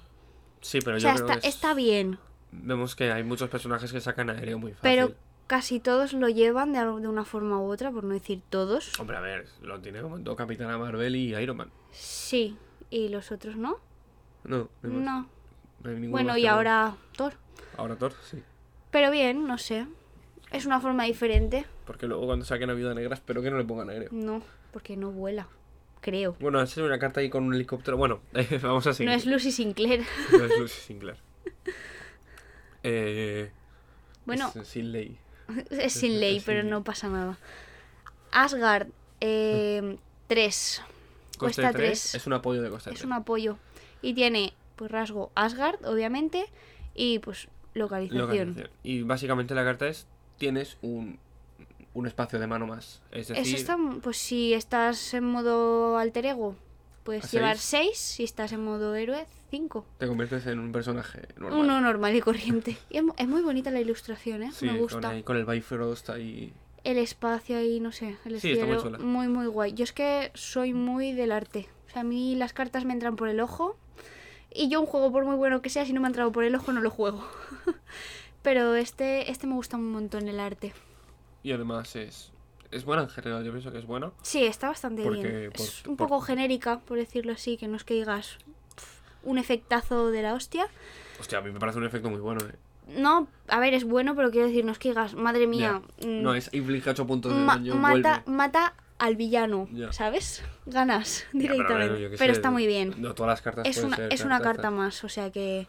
Speaker 1: Sí, pero
Speaker 2: o
Speaker 1: yo
Speaker 2: sea,
Speaker 1: creo
Speaker 2: está,
Speaker 1: que es-
Speaker 2: está bien,
Speaker 1: vemos que hay muchos personajes que sacan aéreo muy fácil.
Speaker 2: pero casi todos lo llevan de, al- de una forma u otra, por no decir todos.
Speaker 1: Hombre, a ver, lo tiene como todo Capitana Marvel y Iron Man.
Speaker 2: Sí, y los otros no.
Speaker 1: No, no, hay más.
Speaker 2: No.
Speaker 1: No hay ninguno
Speaker 2: Bueno,
Speaker 1: más
Speaker 2: y
Speaker 1: que-
Speaker 2: ahora Thor.
Speaker 1: Ahora Thor, sí.
Speaker 2: Pero bien, no sé. Es una forma diferente.
Speaker 1: Porque luego cuando saquen a Viuda Negra espero que no le pongan aéreo.
Speaker 2: No, porque no vuela. Creo.
Speaker 1: Bueno, esa es una carta ahí con un helicóptero. Bueno, eh, vamos a seguir.
Speaker 2: No es Lucy Sinclair.
Speaker 1: No es Lucy Sinclair. Eh,
Speaker 2: Bueno,
Speaker 1: es sin ley.
Speaker 2: es sin ley,
Speaker 1: es
Speaker 2: pero
Speaker 1: sin ley.
Speaker 2: no pasa nada. Asgard, eh,
Speaker 1: Mm.
Speaker 2: 3. Cuesta
Speaker 1: Coste 3.
Speaker 2: 3.
Speaker 1: Es un apoyo de coste
Speaker 2: Es
Speaker 1: 3.
Speaker 2: un apoyo. Y tiene, pues, rasgo Asgard, obviamente, y, pues, localización.
Speaker 1: Localización. Y básicamente la carta es, tienes un, un espacio de mano más. Es decir,
Speaker 2: Eso está, mu- pues, si estás en modo alter ego, puedes
Speaker 1: ¿A
Speaker 2: llevar
Speaker 1: seis?
Speaker 2: 6. Si estás en modo héroe, 5.
Speaker 1: te conviertes en un personaje normal.
Speaker 2: Uno normal y corriente. Y es, mu- es muy bonita la ilustración, ¿eh?
Speaker 1: Sí,
Speaker 2: Me
Speaker 1: con
Speaker 2: gusta.
Speaker 1: ahí- Con, el Bifrost ahí.
Speaker 2: El espacio ahí, no sé, el
Speaker 1: Sí, está muy chula.
Speaker 2: cielo, muy, muy guay. Yo es que soy muy del arte. O sea, a mí las cartas me entran por el ojo. Y yo un juego, por muy bueno que sea, si no me ha entrado por el ojo, no lo juego. Pero este, este me gusta un montón el arte.
Speaker 1: Y además es, es buena en general, yo pienso que es buena.
Speaker 2: Sí, está bastante
Speaker 1: Porque
Speaker 2: bien.
Speaker 1: por-
Speaker 2: es un
Speaker 1: por-
Speaker 2: poco genérica, por decirlo así, que no es que digas "Pf, un efectazo de la hostia.
Speaker 1: Hostia, a mí me parece un efecto muy bueno, eh.
Speaker 2: No, a ver, es bueno, pero quiero decir, no es que digas, madre mía,
Speaker 1: Ya.
Speaker 2: mm,
Speaker 1: No, es inflige 8 puntos de
Speaker 2: Ma-
Speaker 1: daño,
Speaker 2: mata,
Speaker 1: vuelve.
Speaker 2: mata al villano,
Speaker 1: Ya.
Speaker 2: ¿sabes?
Speaker 1: Ya,
Speaker 2: Ganas
Speaker 1: pero bueno,
Speaker 2: directamente.
Speaker 1: yo qué
Speaker 2: pero
Speaker 1: sé,
Speaker 2: está muy bien.
Speaker 1: No todas las cartas
Speaker 2: es
Speaker 1: pueden
Speaker 2: una,
Speaker 1: ser
Speaker 2: es una carta
Speaker 1: cartazas.
Speaker 2: más, o sea que...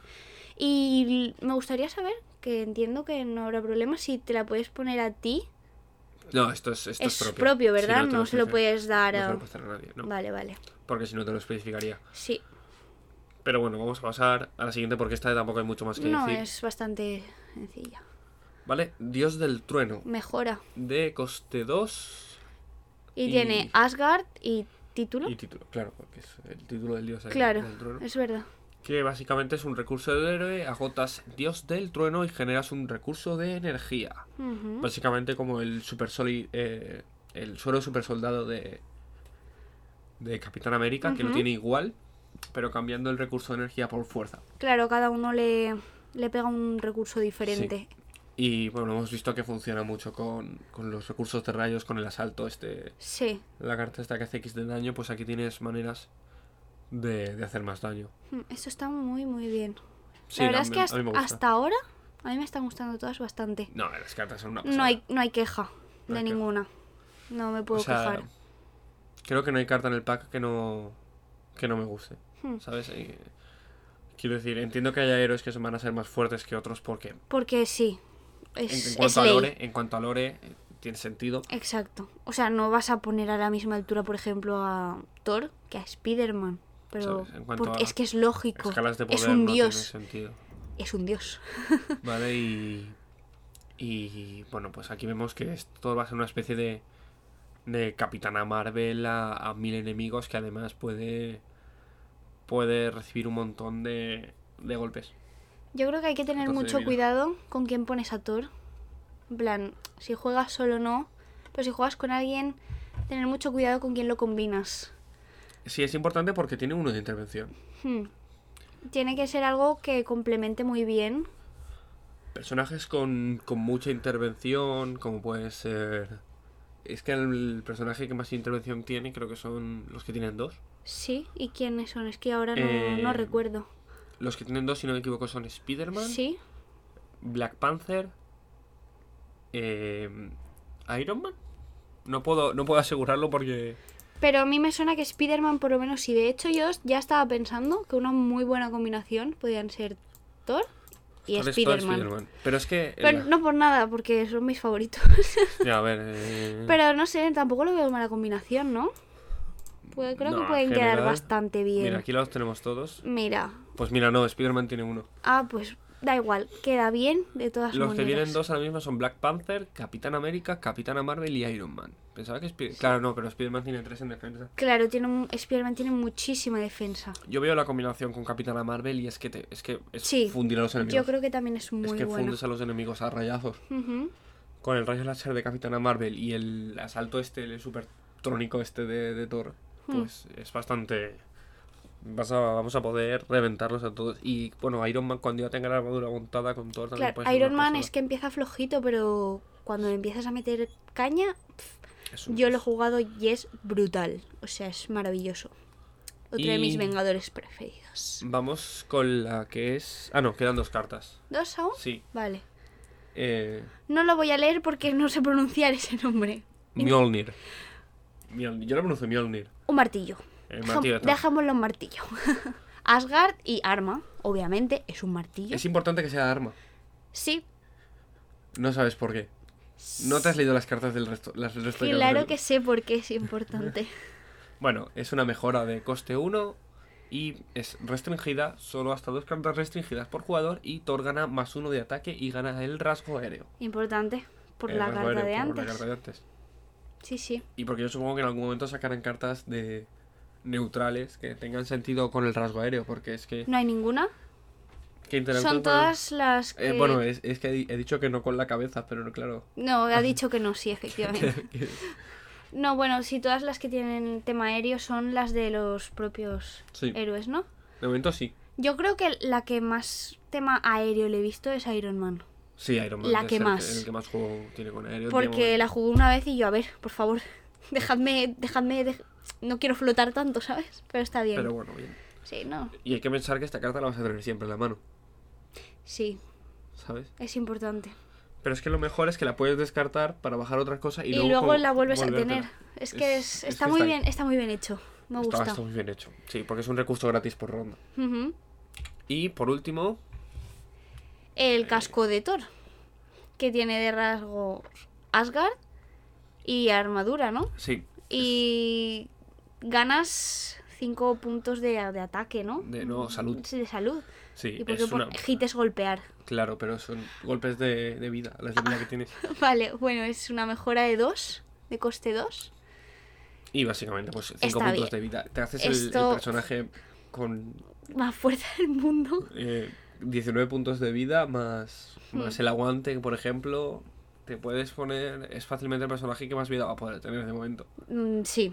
Speaker 2: Y l- me gustaría saber, que entiendo que no habrá problema, si te la puedes poner a ti.
Speaker 1: No, esto es, esto es
Speaker 2: es
Speaker 1: propio.
Speaker 2: propio,
Speaker 1: Si
Speaker 2: ¿verdad?
Speaker 1: te
Speaker 2: no se lo
Speaker 1: especifica-
Speaker 2: puedes dar
Speaker 1: No se
Speaker 2: a...
Speaker 1: lo puedes dar a nadie, pues no.
Speaker 2: Vale, vale.
Speaker 1: Porque si no te lo especificaría.
Speaker 2: Sí.
Speaker 1: Pero bueno, vamos a pasar a la siguiente porque esta tampoco hay mucho más que
Speaker 2: No,
Speaker 1: decir.
Speaker 2: es bastante sencilla.
Speaker 1: ¿Vale? Dios del trueno.
Speaker 2: Mejora.
Speaker 1: De coste 2
Speaker 2: Y,
Speaker 1: Y-
Speaker 2: tiene Asgard y título.
Speaker 1: y título. Claro, porque es el título del dios ahí,
Speaker 2: claro,
Speaker 1: del trueno.
Speaker 2: es verdad.
Speaker 1: Que básicamente es un recurso del héroe, agotas Dios del trueno y generas un recurso de energía.
Speaker 2: Ujú.
Speaker 1: Básicamente como el super soli- eh, el suero super soldado de, de Capitán América, que lo
Speaker 2: Ujú.
Speaker 1: tiene igual, pero cambiando el recurso de energía por fuerza.
Speaker 2: Claro, cada uno le, le pega un recurso diferente.
Speaker 1: Y bueno, hemos visto que funciona mucho con, con los recursos de rayos, con el asalto, este
Speaker 2: Sí,
Speaker 1: la carta esta que hace X de daño, pues aquí tienes maneras de, de hacer más daño.
Speaker 2: Mm, Eso está muy, muy bien.
Speaker 1: Sí,
Speaker 2: la verdad
Speaker 1: a
Speaker 2: es
Speaker 1: mí-
Speaker 2: que
Speaker 1: a mí me
Speaker 2: hasta,
Speaker 1: gusta.
Speaker 2: hasta ahora a mí me están gustando todas bastante.
Speaker 1: No, las cartas son una
Speaker 2: No
Speaker 1: pasada.
Speaker 2: hay, no hay queja
Speaker 1: No
Speaker 2: de
Speaker 1: hay queja.
Speaker 2: ninguna. No me puedo
Speaker 1: O sea,
Speaker 2: quejar.
Speaker 1: Creo que no hay carta en el pack que no, que no me guste.
Speaker 2: Hmm.
Speaker 1: ¿Sabes? Y- quiero decir, entiendo que haya héroes que van a ser más fuertes que otros porque en-
Speaker 2: Porque sí,
Speaker 1: en,
Speaker 2: es, es
Speaker 1: cuanto a
Speaker 2: ley.
Speaker 1: lore, en cuanto a lore eh, tiene sentido.
Speaker 2: Exacto. O sea, no vas a poner a la misma altura, por ejemplo, a Thor que a Spider-Man. Pero
Speaker 1: ¿Sabes? En cuanto
Speaker 2: porque
Speaker 1: a
Speaker 2: es que es lógico.
Speaker 1: Escalas de poder
Speaker 2: Es un
Speaker 1: no eh.
Speaker 2: dios.
Speaker 1: tiene sentido.
Speaker 2: Es un dios.
Speaker 1: Vale, y, y bueno, pues aquí vemos que esto va a ser una especie de, de Capitana Marvel a, a mil enemigos que además puede, puede recibir un montón de, de golpes.
Speaker 2: Yo creo que hay que tener
Speaker 1: 14 de
Speaker 2: mucho
Speaker 1: vida.
Speaker 2: cuidado con quién pones a Thor. En plan, si juegas solo no, pero si juegas con alguien, tener mucho cuidado con quién lo combinas.
Speaker 1: Sí, es importante porque tiene uno de intervención.
Speaker 2: Hmm. Tiene que ser algo que complemente muy bien.
Speaker 1: Personajes con, con mucha intervención, como puede ser... Es que el personaje que más intervención tiene creo que son los que tienen dos.
Speaker 2: Sí, ¿y quiénes son? Es que ahora no,
Speaker 1: Eh,
Speaker 2: no recuerdo.
Speaker 1: Los que tienen dos, si no me equivoco, son Spider-Man,
Speaker 2: Sí,
Speaker 1: Black Panther, eh, Iron Man. No puedo, no puedo asegurarlo porque...
Speaker 2: pero a mí me suena que Spider-Man por lo menos sí. De hecho, yo ya estaba pensando que una muy buena combinación podían ser Thor y
Speaker 1: Thor es- Thor es
Speaker 2: Spider-Man.
Speaker 1: Spider-Man. Pero es que...
Speaker 2: pero
Speaker 1: la-
Speaker 2: no por nada, porque son mis favoritos.
Speaker 1: Ya, a ver... eh,
Speaker 2: Pero no sé, tampoco lo veo mala combinación, ¿no? Pues creo
Speaker 1: No,
Speaker 2: que
Speaker 1: en
Speaker 2: pueden quedar
Speaker 1: general,
Speaker 2: bastante bien.
Speaker 1: Mira, aquí los tenemos todos.
Speaker 2: Mira.
Speaker 1: Pues mira, no, Spider-Man tiene uno.
Speaker 2: Ah, pues da igual, queda bien de todas
Speaker 1: Los que
Speaker 2: maneras.
Speaker 1: tienen dos ahora mismo son Black Panther, Capitán América, Capitana Marvel y Iron Man. Pensaba que Spider Claro, no, pero Spider-Man tiene tres en defensa.
Speaker 2: Claro, tiene un, Spider-Man tiene muchísima defensa.
Speaker 1: Yo veo la combinación con Capitana Marvel y es que te- es que es
Speaker 2: Sí,
Speaker 1: fundir a los enemigos.
Speaker 2: Yo creo que también es muy
Speaker 1: es que
Speaker 2: bueno.
Speaker 1: fundes a los enemigos a rayazos.
Speaker 2: Ujú.
Speaker 1: Con el rayo láser de Capitana Marvel y el asalto este, el supertrónico este de, de Thor,
Speaker 2: Hmm.
Speaker 1: pues es bastante... Vas a- vamos a poder reventarlos a todos. Y bueno, Iron Man cuando ya tenga la armadura montada con Thor también
Speaker 2: Claro,
Speaker 1: puede ser
Speaker 2: Iron
Speaker 1: una
Speaker 2: Man
Speaker 1: pasada.
Speaker 2: es que empieza flojito, pero cuando le empiezas a meter caña, pf,
Speaker 1: Es un-
Speaker 2: yo lo he jugado y es brutal. O sea, es maravilloso. Otro de mis
Speaker 1: Y-
Speaker 2: Vengadores preferidos.
Speaker 1: Vamos con la que es... Ah, no, quedan dos cartas.
Speaker 2: ¿Dos aún?
Speaker 1: Sí.
Speaker 2: Vale.
Speaker 1: Eh,
Speaker 2: No lo voy a leer porque no sé pronunciar ese nombre.
Speaker 1: Mjolnir. Mjolnir. Yo lo pronuncio Mjolnir.
Speaker 2: Un martillo.
Speaker 1: El
Speaker 2: Dejam-
Speaker 1: martillo de Thor.
Speaker 2: Dejémoslo en martillo. Asgard y arma, obviamente, es un martillo.
Speaker 1: Es importante que sea arma.
Speaker 2: Sí,
Speaker 1: No sabes por qué. No te has leído las cartas del resto, las del resto de
Speaker 2: claro
Speaker 1: cartas del-
Speaker 2: que sé por qué es importante.
Speaker 1: Bueno, es una mejora de coste 1 y es restringida solo hasta dos cartas restringidas por jugador y Thor gana más uno de ataque y gana el rasgo aéreo.
Speaker 2: importante, por
Speaker 1: El
Speaker 2: la
Speaker 1: rasgo
Speaker 2: carta de
Speaker 1: aéreo, por
Speaker 2: antes.
Speaker 1: la carta de antes.
Speaker 2: Sí, sí.
Speaker 1: Y porque yo supongo que en algún momento sacarán cartas de neutrales que tengan sentido con el rasgo aéreo, porque es que...
Speaker 2: No hay ninguna.
Speaker 1: que interactúan
Speaker 2: Son
Speaker 1: con el-
Speaker 2: todas las que...
Speaker 1: Eh, bueno, es, es que he, di- he dicho que no con la cabeza, pero no, claro.
Speaker 2: No, ha dicho que no, sí, efectivamente. No, bueno, sí, todas las que tienen tema aéreo son las de los propios
Speaker 1: Sí.
Speaker 2: héroes, ¿no?
Speaker 1: De momento sí.
Speaker 2: Yo creo que la que más tema aéreo le he visto es Iron Man.
Speaker 1: Sí, Iron Man.
Speaker 2: La
Speaker 1: es
Speaker 2: que
Speaker 1: el
Speaker 2: más.
Speaker 1: El que más juego tiene con aéreo. de
Speaker 2: Porque
Speaker 1: momento.
Speaker 2: la jugué una vez y yo, a ver, por favor, dejadme, dejadme, dej- no quiero flotar tanto, ¿sabes? Pero está bien.
Speaker 1: Pero bueno, bien.
Speaker 2: Sí, no,
Speaker 1: Y hay que pensar que esta carta la vas a tener siempre en la mano,
Speaker 2: sí,
Speaker 1: ¿sabes?
Speaker 2: es importante.
Speaker 1: Pero es que lo mejor es que la puedes descartar para bajar otras cosas y,
Speaker 2: Y, luego,
Speaker 1: como-
Speaker 2: la vuelves a
Speaker 1: volvértela.
Speaker 2: tener. Es que
Speaker 1: Es-
Speaker 2: es-
Speaker 1: es
Speaker 2: está
Speaker 1: que
Speaker 2: muy
Speaker 1: está-
Speaker 2: bien, está muy bien hecho. Me
Speaker 1: Está,
Speaker 2: gusta.
Speaker 1: está muy bien hecho. Sí, porque es un recurso gratis por ronda.
Speaker 2: Ujú.
Speaker 1: Y por último,
Speaker 2: El
Speaker 1: Eh.
Speaker 2: casco de Thor, que tiene de rasgo Asgard y armadura, ¿no?
Speaker 1: sí,
Speaker 2: Y ganas 5 puntos de, de ataque, ¿no?
Speaker 1: De- no, salud.
Speaker 2: Sí, de salud.
Speaker 1: sí,
Speaker 2: Mm. y porque
Speaker 1: es
Speaker 2: por
Speaker 1: una...
Speaker 2: hit es golpear.
Speaker 1: Claro, pero son golpes de, de vida, las de vida que tienes.
Speaker 2: Vale, bueno, es una mejora de 2, de coste 2.
Speaker 1: Y básicamente, pues cinco
Speaker 2: Está
Speaker 1: puntos
Speaker 2: bien.
Speaker 1: de vida. Te haces el- el
Speaker 2: Esto-
Speaker 1: personaje con
Speaker 2: Más fuerza del mundo.
Speaker 1: Eh, 19 puntos de vida más,
Speaker 2: Hmm.
Speaker 1: más el aguante, por ejemplo. Te puedes poner. Es fácilmente el personaje que más vida va a poder tener de momento.
Speaker 2: Mm, sí,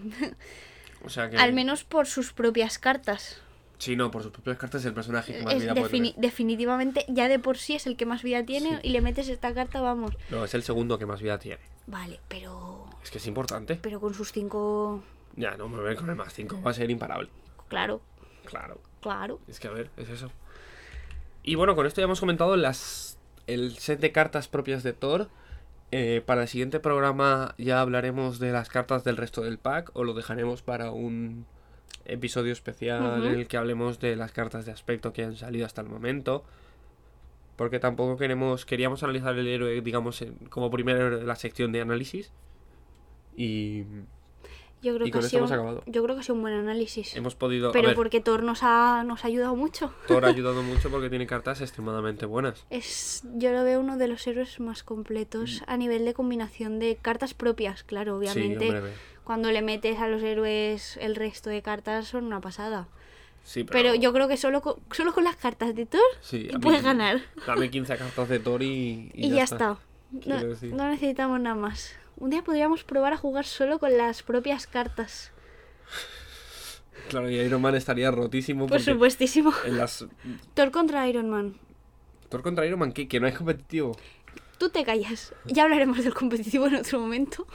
Speaker 1: O sea que.
Speaker 2: al menos por sus propias cartas. Eh,
Speaker 1: Sí, no, por sus propias cartas es el personaje que más
Speaker 2: Es
Speaker 1: vida puede
Speaker 2: defini-
Speaker 1: tener.
Speaker 2: definitivamente, ya de por sí es el que más vida tiene y le metes esta carta, vamos.
Speaker 1: No, es el segundo que más vida tiene.
Speaker 2: Vale, pero.
Speaker 1: Es que es importante.
Speaker 2: Pero con sus cinco.
Speaker 1: Ya, no me voy con el más 5. Va a ser imparable.
Speaker 2: Claro,
Speaker 1: Claro.
Speaker 2: claro.
Speaker 1: Es que a ver, es eso. Y bueno, con esto ya hemos comentado las el set de cartas propias de Thor. Eh, para el siguiente programa ya hablaremos de las cartas del resto del pack o lo dejaremos para un episodio especial
Speaker 2: Ujú.
Speaker 1: en el que hablemos de las cartas de aspecto que han salido hasta el momento. Porque tampoco queremos queríamos analizar el héroe, digamos, en- como primer héroe de la sección de análisis. Y
Speaker 2: Yo creo,
Speaker 1: Y
Speaker 2: que
Speaker 1: con
Speaker 2: ha
Speaker 1: esto
Speaker 2: sido,
Speaker 1: hemos acabado.
Speaker 2: yo creo que ha sido un buen análisis.
Speaker 1: hemos podido... a
Speaker 2: pero
Speaker 1: ver,
Speaker 2: porque Thor nos ha, nos ha ayudado mucho.
Speaker 1: Thor ha ayudado mucho porque tiene cartas extremadamente buenas.
Speaker 2: Es, yo lo veo uno de los héroes más completos a nivel de combinación de cartas propias, claro, obviamente.
Speaker 1: Mm. Sí, hombre, ve.
Speaker 2: cuando le metes a los héroes el resto de cartas son una pasada.
Speaker 1: Sí,
Speaker 2: Pero, yo creo que solo con, solo con las cartas de Thor
Speaker 1: Sí,
Speaker 2: y
Speaker 1: a mí-
Speaker 2: puedes ganar.
Speaker 1: Dame 15 cartas de Thor y,
Speaker 2: Y, ya, está. No,
Speaker 1: Quiero decir.
Speaker 2: no necesitamos nada más. Un día podríamos probar a jugar solo con las propias cartas.
Speaker 1: Claro, y Iron Man estaría rotísimo.
Speaker 2: Por
Speaker 1: porque
Speaker 2: supuestísimo.
Speaker 1: En las...
Speaker 2: Thor contra Iron Man.
Speaker 1: Thor contra Iron Man, ¿qué? Que no es competitivo.
Speaker 2: Tú te callas. Ya hablaremos del competitivo en otro momento.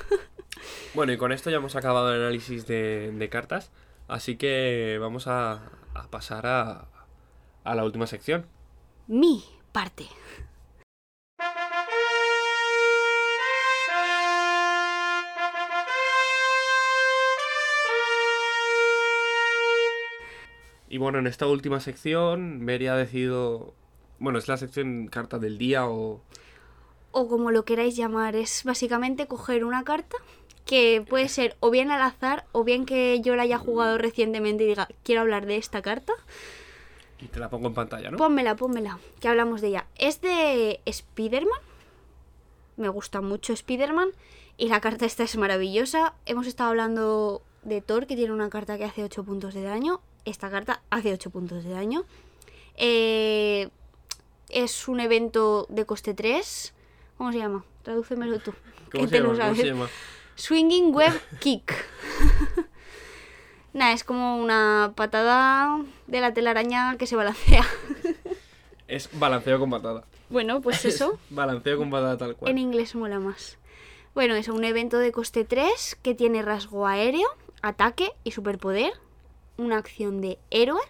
Speaker 1: Bueno, y con esto ya hemos acabado el análisis de, de cartas. Así que vamos a, a pasar a, a la última sección.
Speaker 2: Mi parte.
Speaker 1: Y bueno, en esta última sección, Mary ha decidido. Bueno, es la sección carta del día o.
Speaker 2: O como lo queráis llamar, es básicamente coger una carta que puede ser o bien al azar o bien que yo la haya jugado recientemente y diga, quiero hablar de esta carta.
Speaker 1: Y te la pongo en pantalla, ¿no?
Speaker 2: Pónmela, pónmela, que hablamos de ella. Es de Spider-Man. Me gusta mucho Spider-Man. Y la carta esta es maravillosa. Hemos estado hablando de Thor, que tiene una carta que hace 8 puntos de daño. Esta carta hace 8 puntos de daño. Eh, es un evento de coste 3. ¿Cómo se llama? Tradúcemelo tú.
Speaker 1: ¿Cómo
Speaker 2: que
Speaker 1: se
Speaker 2: te lo
Speaker 1: llama? ¿Cómo se
Speaker 2: sabes.
Speaker 1: llama?
Speaker 2: Swinging Web Kick. Nada, es como una patada de la telaraña que se balancea.
Speaker 1: Es balanceo con patada.
Speaker 2: Bueno, pues eso.
Speaker 1: Balanceo con patada tal cual.
Speaker 2: En inglés mola más. Bueno, es un evento de coste 3 que tiene rasgo aéreo, ataque y superpoder. Una acción de héroe.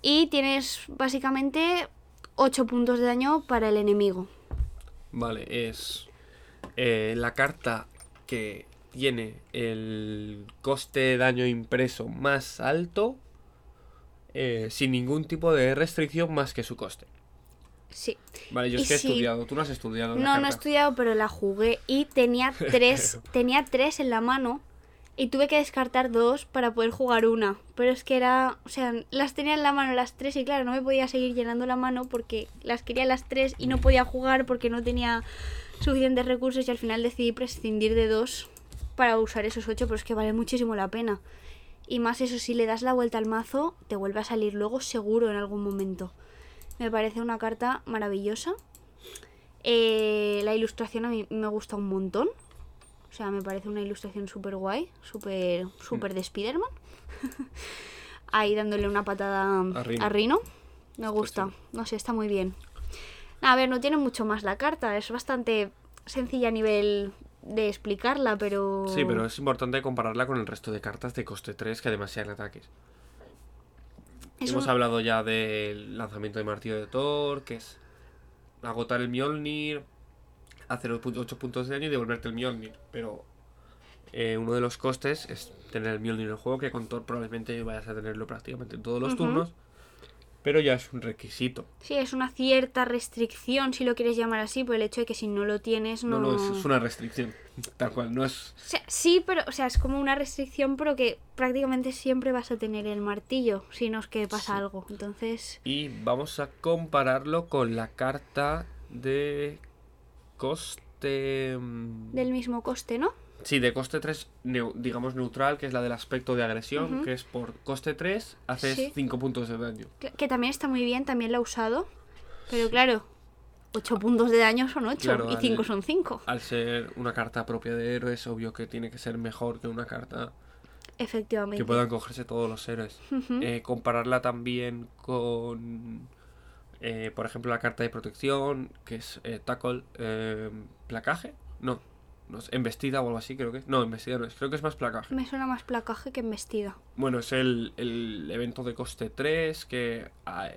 Speaker 2: Y tienes básicamente 8 puntos de daño para el enemigo.
Speaker 1: Vale, es eh, la carta que tiene el coste de daño impreso más alto eh, sin ningún tipo de restricción más que su coste.
Speaker 2: Sí.
Speaker 1: Vale, yo
Speaker 2: Y
Speaker 1: es que he
Speaker 2: si-
Speaker 1: estudiado, tú no has estudiado. la
Speaker 2: No, no he
Speaker 1: carta.
Speaker 2: estudiado, pero la jugué y tenía tres, tenía tres en la mano y tuve que descartar dos para poder jugar una. Pero es que era, o sea, las tenía en la mano las tres y claro, no me podía seguir llenando la mano porque las quería las tres y no
Speaker 1: Mm.
Speaker 2: podía jugar porque no tenía suficientes recursos y al final decidí prescindir de dos para usar esos ocho, pero es que vale muchísimo la pena. Y más eso, si le das la vuelta al mazo, te vuelve a salir luego seguro en algún momento. Me parece una carta maravillosa. Eh, la ilustración a mí me gusta un montón. O sea, me parece una ilustración súper guay, súper
Speaker 1: Mm.
Speaker 2: súper de Spider-Man. Ahí dándole una patada
Speaker 1: A Rhino.
Speaker 2: a Rino. Me gusta,
Speaker 1: sí.
Speaker 2: no sé, está muy bien. A ver, no tiene mucho más la carta, es bastante sencilla a nivel de explicarla, pero...
Speaker 1: Sí, pero es importante compararla con el resto de cartas de coste 3 que además sean ataques.
Speaker 2: Es
Speaker 1: Hemos
Speaker 2: un-
Speaker 1: hablado ya del lanzamiento de martillo de Thor, que es agotar el Mjolnir, hacer 8 puntos de daño y devolverte el Mjolnir. Pero eh, uno de los costes es tener el Mjolnir en el juego, que con Thor probablemente vayas a tenerlo prácticamente en todos los
Speaker 2: Ujú.
Speaker 1: turnos. Pero ya es un requisito.
Speaker 2: Sí, es una cierta restricción, si lo quieres llamar así, por el hecho de que si no lo tienes
Speaker 1: No,
Speaker 2: no...
Speaker 1: no, es, es una restricción. Tal cual, no es...
Speaker 2: O sea, sí, pero o sea, es como una restricción, pero que prácticamente siempre vas a tener el martillo, si no es que pasa
Speaker 1: Sí.
Speaker 2: algo. Entonces,
Speaker 1: Y vamos a compararlo con la carta de coste... mm,
Speaker 2: del mismo coste, ¿no?
Speaker 1: Sí, de coste 3, digamos neutral, que es la del aspecto de agresión,
Speaker 2: Ujú.
Speaker 1: que es por coste 3, haces
Speaker 2: Sí.
Speaker 1: 5 puntos de daño.
Speaker 2: Que, que también está muy bien, también lo he usado. Pero claro, 8 puntos de daño son 8
Speaker 1: Claro,
Speaker 2: y
Speaker 1: al-
Speaker 2: 5 son 5.
Speaker 1: Al ser una carta propia de héroe, es obvio que tiene que ser mejor que una carta
Speaker 2: Efectivamente.
Speaker 1: que puedan cogerse todos los héroes.
Speaker 2: Ujú.
Speaker 1: Eh, compararla también con, eh, por ejemplo, la carta de protección, que es eh, tackle, eh, placaje, no, no es embestida o algo así, creo que es. No, embestida no es, creo que es más placaje.
Speaker 2: Me suena más placaje que embestida.
Speaker 1: Bueno, es el, el evento de coste 3 que a-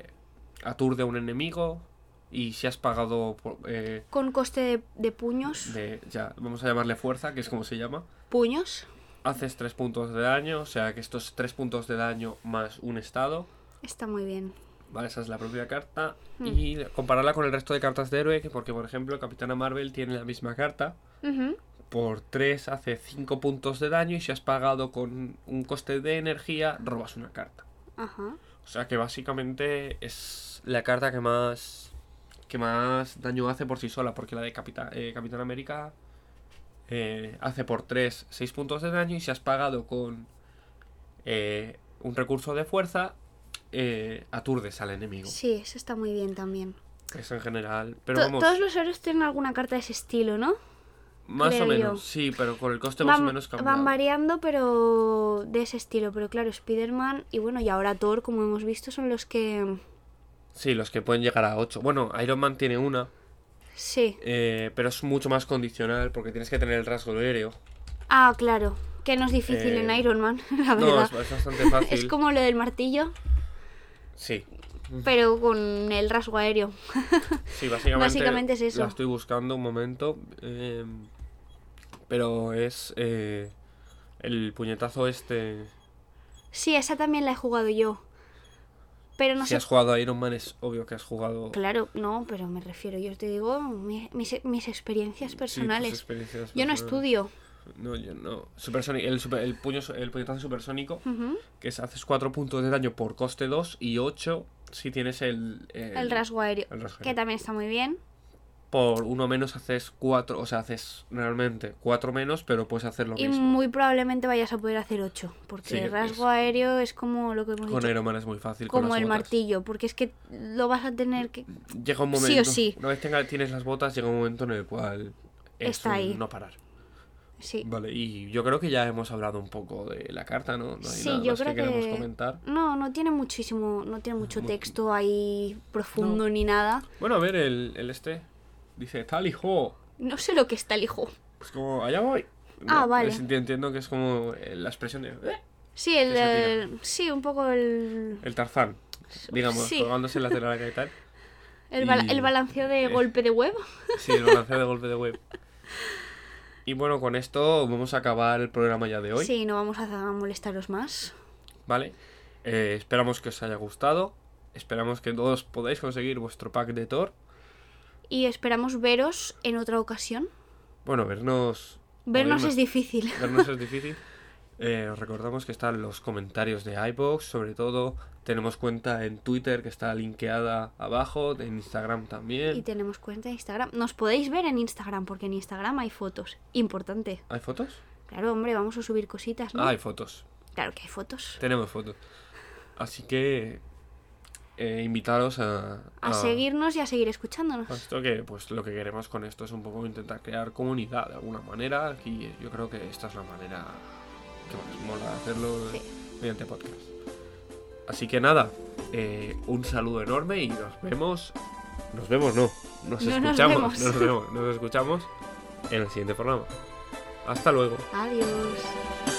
Speaker 1: aturde a un enemigo y si has pagado por- eh,
Speaker 2: Con coste de, de puños.
Speaker 1: de, ya, vamos a llamarle fuerza, que es como se llama,
Speaker 2: Puños.
Speaker 1: haces 3 puntos de daño, o sea que estos 3 puntos de daño más un estado,
Speaker 2: Está muy bien.
Speaker 1: ¿vale? Esa es la propia carta.
Speaker 2: Mm.
Speaker 1: Y compararla con el resto de cartas de héroe, que porque por ejemplo Capitana Marvel tiene la misma carta,
Speaker 2: Ujú.
Speaker 1: por 3 hace 5 puntos de daño y si has pagado con un coste de energía, robas una carta.
Speaker 2: Ajá.
Speaker 1: O sea que básicamente es la carta que más que más daño hace por sí sola, porque la de Capita- eh, Capitán América eh, hace por 3, 6 puntos de daño y si has pagado con eh, un recurso de fuerza, eh, aturdes al enemigo.
Speaker 2: Sí, eso está muy bien también.
Speaker 1: Es en general, pero
Speaker 2: To-
Speaker 1: vamos,
Speaker 2: Todos los héroes tienen alguna carta de ese estilo, ¿no?
Speaker 1: más o
Speaker 2: creo
Speaker 1: menos,
Speaker 2: yo.
Speaker 1: sí, pero con el coste más o
Speaker 2: Van-
Speaker 1: menos cambiado.
Speaker 2: van variando, pero de ese estilo. Pero claro, Spider-Man y bueno, y ahora Thor, como hemos visto, son los que...
Speaker 1: Sí, los que pueden llegar a 8. Bueno, Iron Man tiene una,
Speaker 2: Sí.
Speaker 1: eh, pero es mucho más condicional porque tienes que tener el rasgo aéreo.
Speaker 2: Ah, claro. Que no es difícil en
Speaker 1: Eh,
Speaker 2: Iron Man, la
Speaker 1: No,
Speaker 2: verdad.
Speaker 1: es, es bastante fácil.
Speaker 2: es como lo del martillo,
Speaker 1: Sí,
Speaker 2: pero con el rasgo aéreo.
Speaker 1: sí, básicamente,
Speaker 2: Básicamente es eso.
Speaker 1: La estoy buscando un momento. eh, pero es eh, el puñetazo este.
Speaker 2: Sí, esa también la he jugado yo. Pero no
Speaker 1: si
Speaker 2: sé.
Speaker 1: has jugado a Iron Man, es obvio que has jugado.
Speaker 2: Claro, no, pero me refiero, yo te digo mi- mis, mis experiencias
Speaker 1: Sí, tus
Speaker 2: personales.
Speaker 1: experiencias
Speaker 2: yo no
Speaker 1: personales.
Speaker 2: estudio.
Speaker 1: No, yo no. Supersonic- el, super- el puño, el puñetazo supersónico,
Speaker 2: Ujú.
Speaker 1: que es haces 4 puntos de daño por coste 2 y 8 si tienes el.
Speaker 2: El, rasgo aéreo,
Speaker 1: el rasgo
Speaker 2: que
Speaker 1: aéreo.
Speaker 2: también está muy bien.
Speaker 1: Por uno menos haces 4, o sea, haces realmente 4 menos, pero puedes hacer lo
Speaker 2: Y
Speaker 1: mismo.
Speaker 2: muy probablemente vayas a poder hacer 8, porque
Speaker 1: Sí,
Speaker 2: el rasgo
Speaker 1: es-
Speaker 2: aéreo es como lo que hemos
Speaker 1: Con
Speaker 2: dicho,
Speaker 1: Iron Man es muy fácil. con
Speaker 2: como
Speaker 1: las
Speaker 2: el
Speaker 1: botas.
Speaker 2: martillo, porque es que lo vas a tener que...
Speaker 1: Llega un
Speaker 2: Sí o
Speaker 1: momento.
Speaker 2: sí.
Speaker 1: Una vez tenga- tienes las botas, llega un momento en el cual es
Speaker 2: Está
Speaker 1: un
Speaker 2: ahí.
Speaker 1: no parar.
Speaker 2: Sí.
Speaker 1: Vale, y yo creo que ya hemos hablado un poco de la carta, ¿no? No hay
Speaker 2: Sí,
Speaker 1: nada
Speaker 2: yo
Speaker 1: más
Speaker 2: creo
Speaker 1: que queramos
Speaker 2: que-
Speaker 1: comentar.
Speaker 2: No, no tiene muchísimo, no tiene mucho
Speaker 1: Mu-
Speaker 2: texto ahí profundo
Speaker 1: No.
Speaker 2: ni nada.
Speaker 1: Bueno, a ver, el, el este dice tal hijo.
Speaker 2: No sé lo que está el hijo.
Speaker 1: Es como, allá voy.
Speaker 2: Ah,
Speaker 1: No,
Speaker 2: vale.
Speaker 1: es- enti- entiendo que es como eh, la expresión de. "Eh",
Speaker 2: Sí, el,
Speaker 1: Que se tira.
Speaker 2: el- sí, un poco el
Speaker 1: El tarzán, digamos,
Speaker 2: Sí.
Speaker 1: colgándose en la telaraña y tal.
Speaker 2: El, bala-
Speaker 1: Y-
Speaker 2: el balanceo de
Speaker 1: eh.
Speaker 2: golpe de huevo.
Speaker 1: Sí, el balanceo de golpe de web. Y bueno, con esto vamos a acabar el programa ya de hoy.
Speaker 2: Sí, no vamos a molestaros más.
Speaker 1: ¿Vale? Eh, esperamos que os haya gustado. Esperamos que todos podáis conseguir vuestro pack de Thor.
Speaker 2: Y esperamos veros en otra ocasión.
Speaker 1: Bueno, vernos.
Speaker 2: Vernos
Speaker 1: oírnos-
Speaker 2: es difícil.
Speaker 1: Vernos es difícil. Eh, os recordamos que están los comentarios de iBox, sobre todo. Tenemos cuenta en Twitter que está linkeada abajo, en Instagram también.
Speaker 2: Y tenemos cuenta de Instagram. Nos podéis ver en Instagram, porque en Instagram hay fotos. Importante.
Speaker 1: ¿Hay fotos?
Speaker 2: Claro, hombre, vamos a subir cositas, ¿no?
Speaker 1: Ah, hay fotos.
Speaker 2: Claro que hay fotos.
Speaker 1: Tenemos fotos. Así que eh, invitaros a,
Speaker 2: A seguirnos y a seguir escuchándonos.
Speaker 1: a esto que Ah. pues lo que queremos con esto es un poco intentar crear comunidad de alguna manera. Y yo creo que esta es la manera que más mola de hacerlo
Speaker 2: Sí.
Speaker 1: mediante podcast. Así que nada, eh, un saludo enorme y nos vemos. Nos vemos, no. Nos
Speaker 2: No nos
Speaker 1: escuchamos.
Speaker 2: vemos.
Speaker 1: nos vemos. Nos escuchamos en el siguiente programa. Hasta luego.
Speaker 2: Adiós.